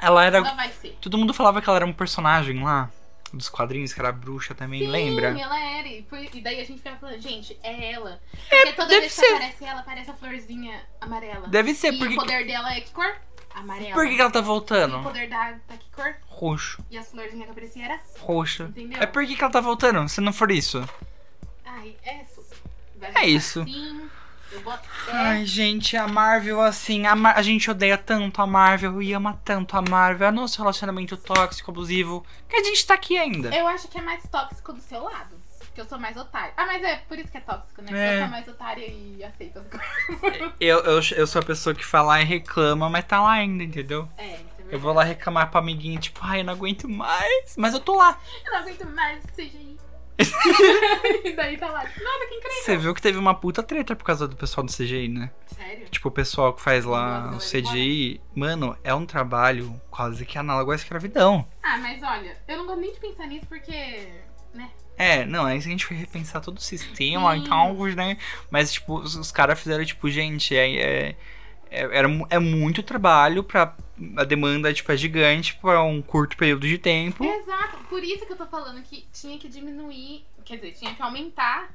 Ela era.
Ela vai ser.
Todo mundo falava que ela era um personagem lá. Dos quadrinhos, que era bruxa também, lembra?
Sim, ela era. E, foi- e daí a gente ficava falando, gente, é ela. Porque toda
deve
vez que
ser.
aparece ela, aparece a florzinha amarela.
Deve ser,
e
porque.
o poder dela é que cor? Amarela.
Por que que ela tá
E o
voltando?
poder da tá que cor?
Roxo,
E as florzinhas que apareciam era. assim.
roxa.
Entendeu?
É por que que ela tá voltando, se não for isso?
Ai, é isso. Vai
É
ficar
isso.
Assim, eu boto fé.
Ai, gente, a Marvel, assim, a, Mar- a gente odeia tanto a Marvel e ama tanto a Marvel. É nosso relacionamento tóxico, abusivo, que a gente tá aqui ainda.
Eu acho que é mais tóxico do seu lado. Que eu sou mais otária. Ah, mas é por isso que é tóxico, né? Porque
É.
Eu sou mais otária e aceito as coisas.
Eu, eu, eu sou a pessoa que fala e reclama, mas tá lá ainda, entendeu?
É, isso é
Eu
verdade.
vou lá reclamar pra amiguinha, tipo, ai, eu não aguento mais. Mas eu tô lá.
Eu não aguento mais esse CGI. e daí tá lá. Nossa, que incrível.
Você viu que teve uma puta treta por causa do pessoal do CGI, né?
Sério?
Tipo, o pessoal que faz lá
Nossa,
o
galera,
CGI. Mano, é um trabalho quase que análogo à escravidão.
Ah, mas olha, eu não gosto nem de pensar nisso porque. né?
É, não, aí se a gente for repensar todo o sistema,
Sim.
então, né? Mas, tipo, os, os caras fizeram, tipo, gente, é, é, é, era, mu- é muito trabalho pra. A demanda, tipo, é gigante pra um curto período de tempo.
Exato, por isso que eu tô falando que tinha que diminuir, quer dizer, tinha que aumentar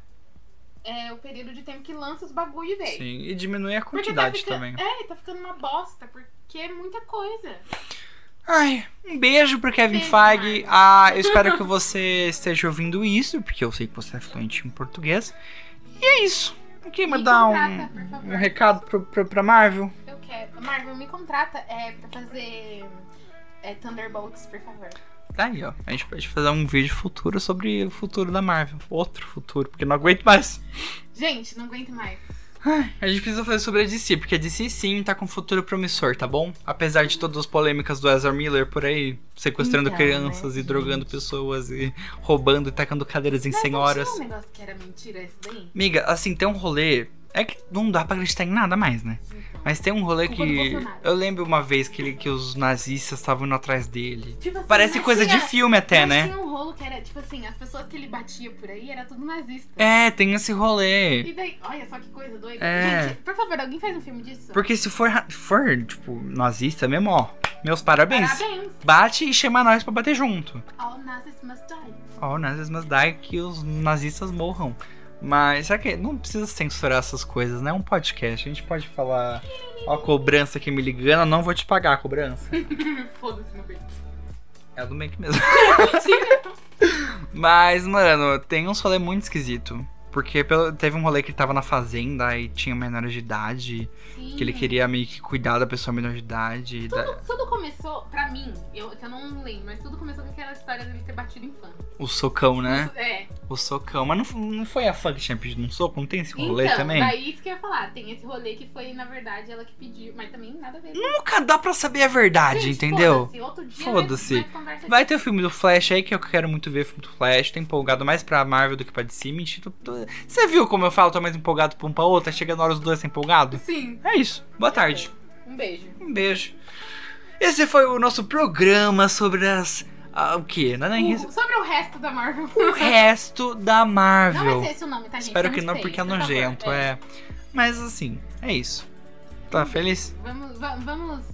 é, o período de tempo que lança os bagulho, velho.
Sim, e diminui a
É. Porque
quantidade
tá
também.
ficando, É, tá ficando uma bosta, porque é muita coisa.
Ai, um beijo pro Kevin
Beijo,
Feige.
Marcos.
Ah, eu espero que você esteja ouvindo isso, porque eu sei que você é fluente em português. E é isso. Quem
Me
mandar
contrata, por
um,
favor.
um recado pro, pro, pra Marvel?
Eu quero. Marvel, me contrata é, pra fazer é, Thunderbolts, por favor.
Tá aí, ó. A gente pode fazer um vídeo futuro sobre o futuro da Marvel. Outro futuro, porque eu não aguento mais.
Gente, não aguento mais.
Ai, a gente precisa fazer sobre a DC, porque a DC sim tá com um futuro promissor, tá bom? Apesar de todas as polêmicas do Ezra Miller por aí, sequestrando
Então, né,
crianças e
gente?
drogando pessoas e roubando e tacando cadeiras em
Mas não
100
tinha
horas.
um negócio que era mentira esse daí?
Miga, assim, tem um rolê. É que não dá pra acreditar em nada mais, né?
Então.
Mas tem um rolê
Culpa do
que.
Bolsonaro.
Eu lembro uma vez que, ele, que os nazistas estavam indo atrás dele.
Tipo assim,
Parece
mas
coisa
tinha-
de filme até,
mas
né?
Tinha um rolo que era, tipo assim, as pessoas que ele batia por aí era tudo nazista.
É, tem esse rolê.
E daí, olha só que coisa doida.
É.
Gente, por favor, alguém faz um filme disso?
Porque se for, ra- for tipo, nazista mesmo, ó. Meus parabéns.
Parabéns.
Bate e chama nós pra bater junto.
All Nazis must die.
Ó, oh, nazis must die, que os nazistas morram. Mas será que não precisa censurar essas coisas, né? É um podcast. A gente pode falar. Ó, a cobrança que me ligando, eu não vou te pagar a cobrança.
Foda-se no peito.
É a do Make mesmo. Mas, mano, tem uns rolê muito esquisito. Porque pelo- teve um rolê que ele tava na fazenda e tinha menores de idade.
Sim.
Que ele queria meio que cuidar da pessoa menor de idade. e da-
Tudo, tudo começou, pra mim, eu, que eu não lembro, mas tudo começou com aquela história dele ter batido em fã.
O socão, né?
É.
O socão. Mas não, f- não foi a fã que tinha pedido um soco? Não tem esse rolê
Então,
também?
daí isso que eu ia falar. Tem esse rolê que foi, na verdade, ela que pediu, mas também nada a ver.
Nunca dá pra saber a verdade,
Gente,
entendeu?
Foda-se, outro dia
Foda-se.
nós- nós conversa
Vai
disso.
ter o filme do Flash aí, que eu quero muito ver o filme do Flash. Tô empolgado mais pra Marvel do que pra DC. Mentira. tô- Você viu como eu falo? Tô mais empolgado pra um pra outro. Chega na hora os dois tá empolgado.
Sim.
É isso. Boa tarde.
Um beijo.
Um beijo. Esse foi o nosso programa sobre as. ah, o quê? Não é nem isso.
O- sobre o resto da Marvel.
O resto da
Não
Marvel.
vai ser esse o nome, tá, gente?
Espero
É
que
muito
não,
feio,
porque é
por favor.
nojento, é. Mas assim, é isso. Tá
Hum.
feliz?
Vamos, va- vamos,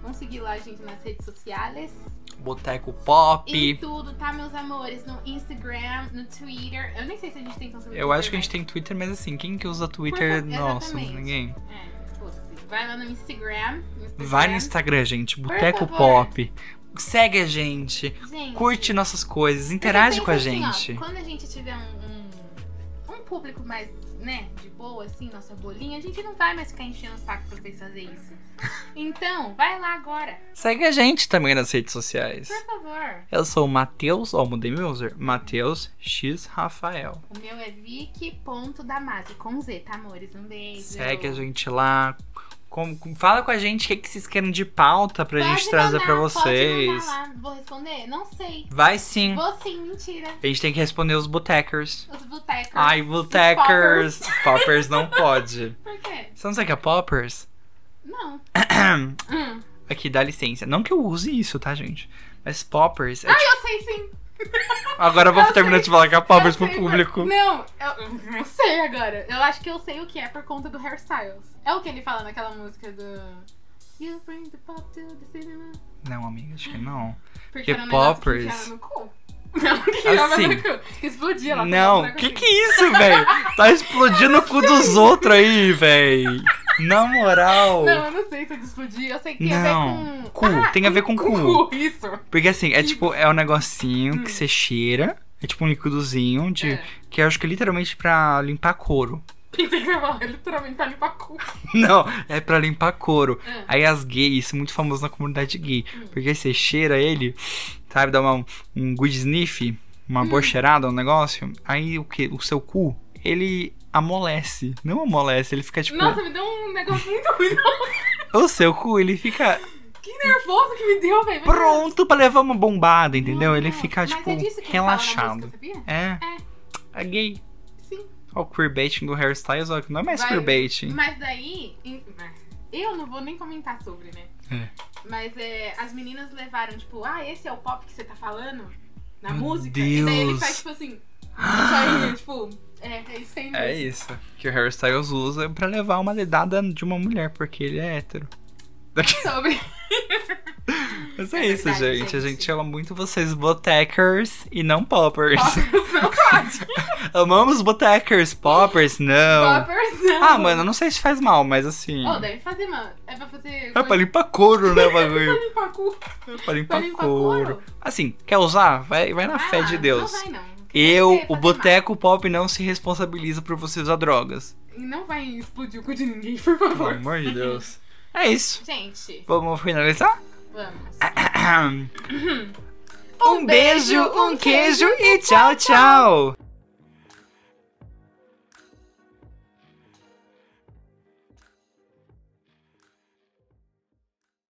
vamos seguir lá, gente, nas redes sociais.
Boteco Pop.
Em tudo, tá, meus amores? No Instagram, no Twitter. Eu nem sei se a gente tem consumo.
Eu acho que a gente tem Twitter, mas assim, quem que usa Twitter?
é Por favor,
Nossa,
exatamente.
ninguém.
É, foda-se. Vai lá no Instagram. no Instagram.
Vai no Instagram, gente.
Por
Boteco
favor.
Pop. Segue a gente.
Gente,
Curte nossas coisas.
porque
Interage
pensa
com a
assim, ó,
gente.
quando a gente tiver um, um, um público mais, né, de boa, assim, nossa bolinha, a gente não vai mais ficar enchendo o saco pra vocês fazerem isso. Então, vai lá agora,
Segue a gente também nas redes sociais.
por favor.
Eu sou o Matheus, ó, mudei meu user. Matheus X Rafael.
O meu é vic.damase, com Z, tá, amores? Um beijo.
Segue a gente lá. Com- com- fala com a gente o que, que vocês querem de pauta pra
Pode
gente trazer
mandar,
pra
pode
vocês.
mandar lá. Vou responder? Não sei.
Vai sim.
Vou sim, mentira.
A gente tem que responder os botecers.
Os botecos.
Ai, botecers. Poppers não pode.
Por quê?
Você não sabe o que é poppers?
Não. Hum.
Aqui, dá licença. Não que eu use isso, tá, gente? Mas poppers é
Ai,
tipo...
eu sei sim.
Agora eu vou
eu
terminar
sei.
de falar que é poppers
Eu
pro
sei,
público.
mas- Não, eu não sei agora. Eu acho que eu sei o que é por conta do hairstyles. É o que ele fala naquela música do. You bring the pop to the cinema.
Não, amiga, acho que não.
Porque
Que
era um negócio que
poppers.
enfiava no cu. Não, que enfiava
Assim.
no cu. Que explodia lá.
Não,
Ficava
que
com-
que é isso, velho? Tá explodindo o cu dos outros aí, velho. Na moral.
Não, eu não sei se eu explodir. Eu sei que tem a ver
é? Não,
com. Ah,
cu, tem a ver com cu.
cu. Isso.
Porque assim, é tipo, é um negocinho que
Hum.
você cheira. É tipo um liquidozinho de.
É.
Que eu acho que é literalmente pra limpar couro.
Pensei que você falou literalmente pra limpar cu.
Não, é pra limpar couro.
É.
Aí as gays, isso é muito famoso na comunidade gay.
Hum.
Porque você cheira ele, sabe, dá uma, um good sniff, uma boa
Hum.
cheirada, um negócio. Aí o que? O seu cu, ele amolece. Não amolece, ele fica tipo.
Nossa, me deu um negócio muito ruim.
O seu cu, ele fica
Que nervoso que me deu, velho. Mas-
pronto pra levar uma bombada, entendeu? Ele
Nossa,
fica,
mas
tipo,
é disso que ele fala na
relaxado.
música, sabia?
É. É gay.
Sim.
Olha o queerbaiting do hairstyles, ó, que não é mais
Vai-
queerbaiting.
Mas daí. em- Eu não vou nem comentar sobre, né?
É.
Mas é, as meninas levaram, tipo, ah, esse é o pop que você tá falando? Na
Meu
música? E daí ele
Deus.
faz, tipo assim. Saindo, tipo, é, é isso aí.
É
mesmo.
isso. Que o hairstyles usa pra levar uma dedada de uma mulher, porque ele é hétero.
Sobre.
Mas é,
É
isso,
verdade,
gente. A
gente.
gente ama muito vocês, botecers e não poppers.
Poppers não pode.
Amamos botecers, poppers, não.
Poppers não.
Ah, mano, eu não sei se faz mal, mas assim.
Oh, deve fazer, mano. É pra fazer.
É pra limpar couro, né, bagulho?
limpar cu.
É pra
Pra
limpar
limpar
couro.
couro.
Assim, quer usar? Vai, vai na
Ah,
fé de Deus.
Não vai, não. Que vai
Eu,
ser
o
fazer
Boteco Pop não se responsabiliza por você usar drogas.
mal. E não vai explodir o cu de ninguém, por
Pelo
favor.
amor de Deus. É isso.
Gente,
Vamos finalizar?
vamos.
Um beijo, um queijo e tchau, tchau.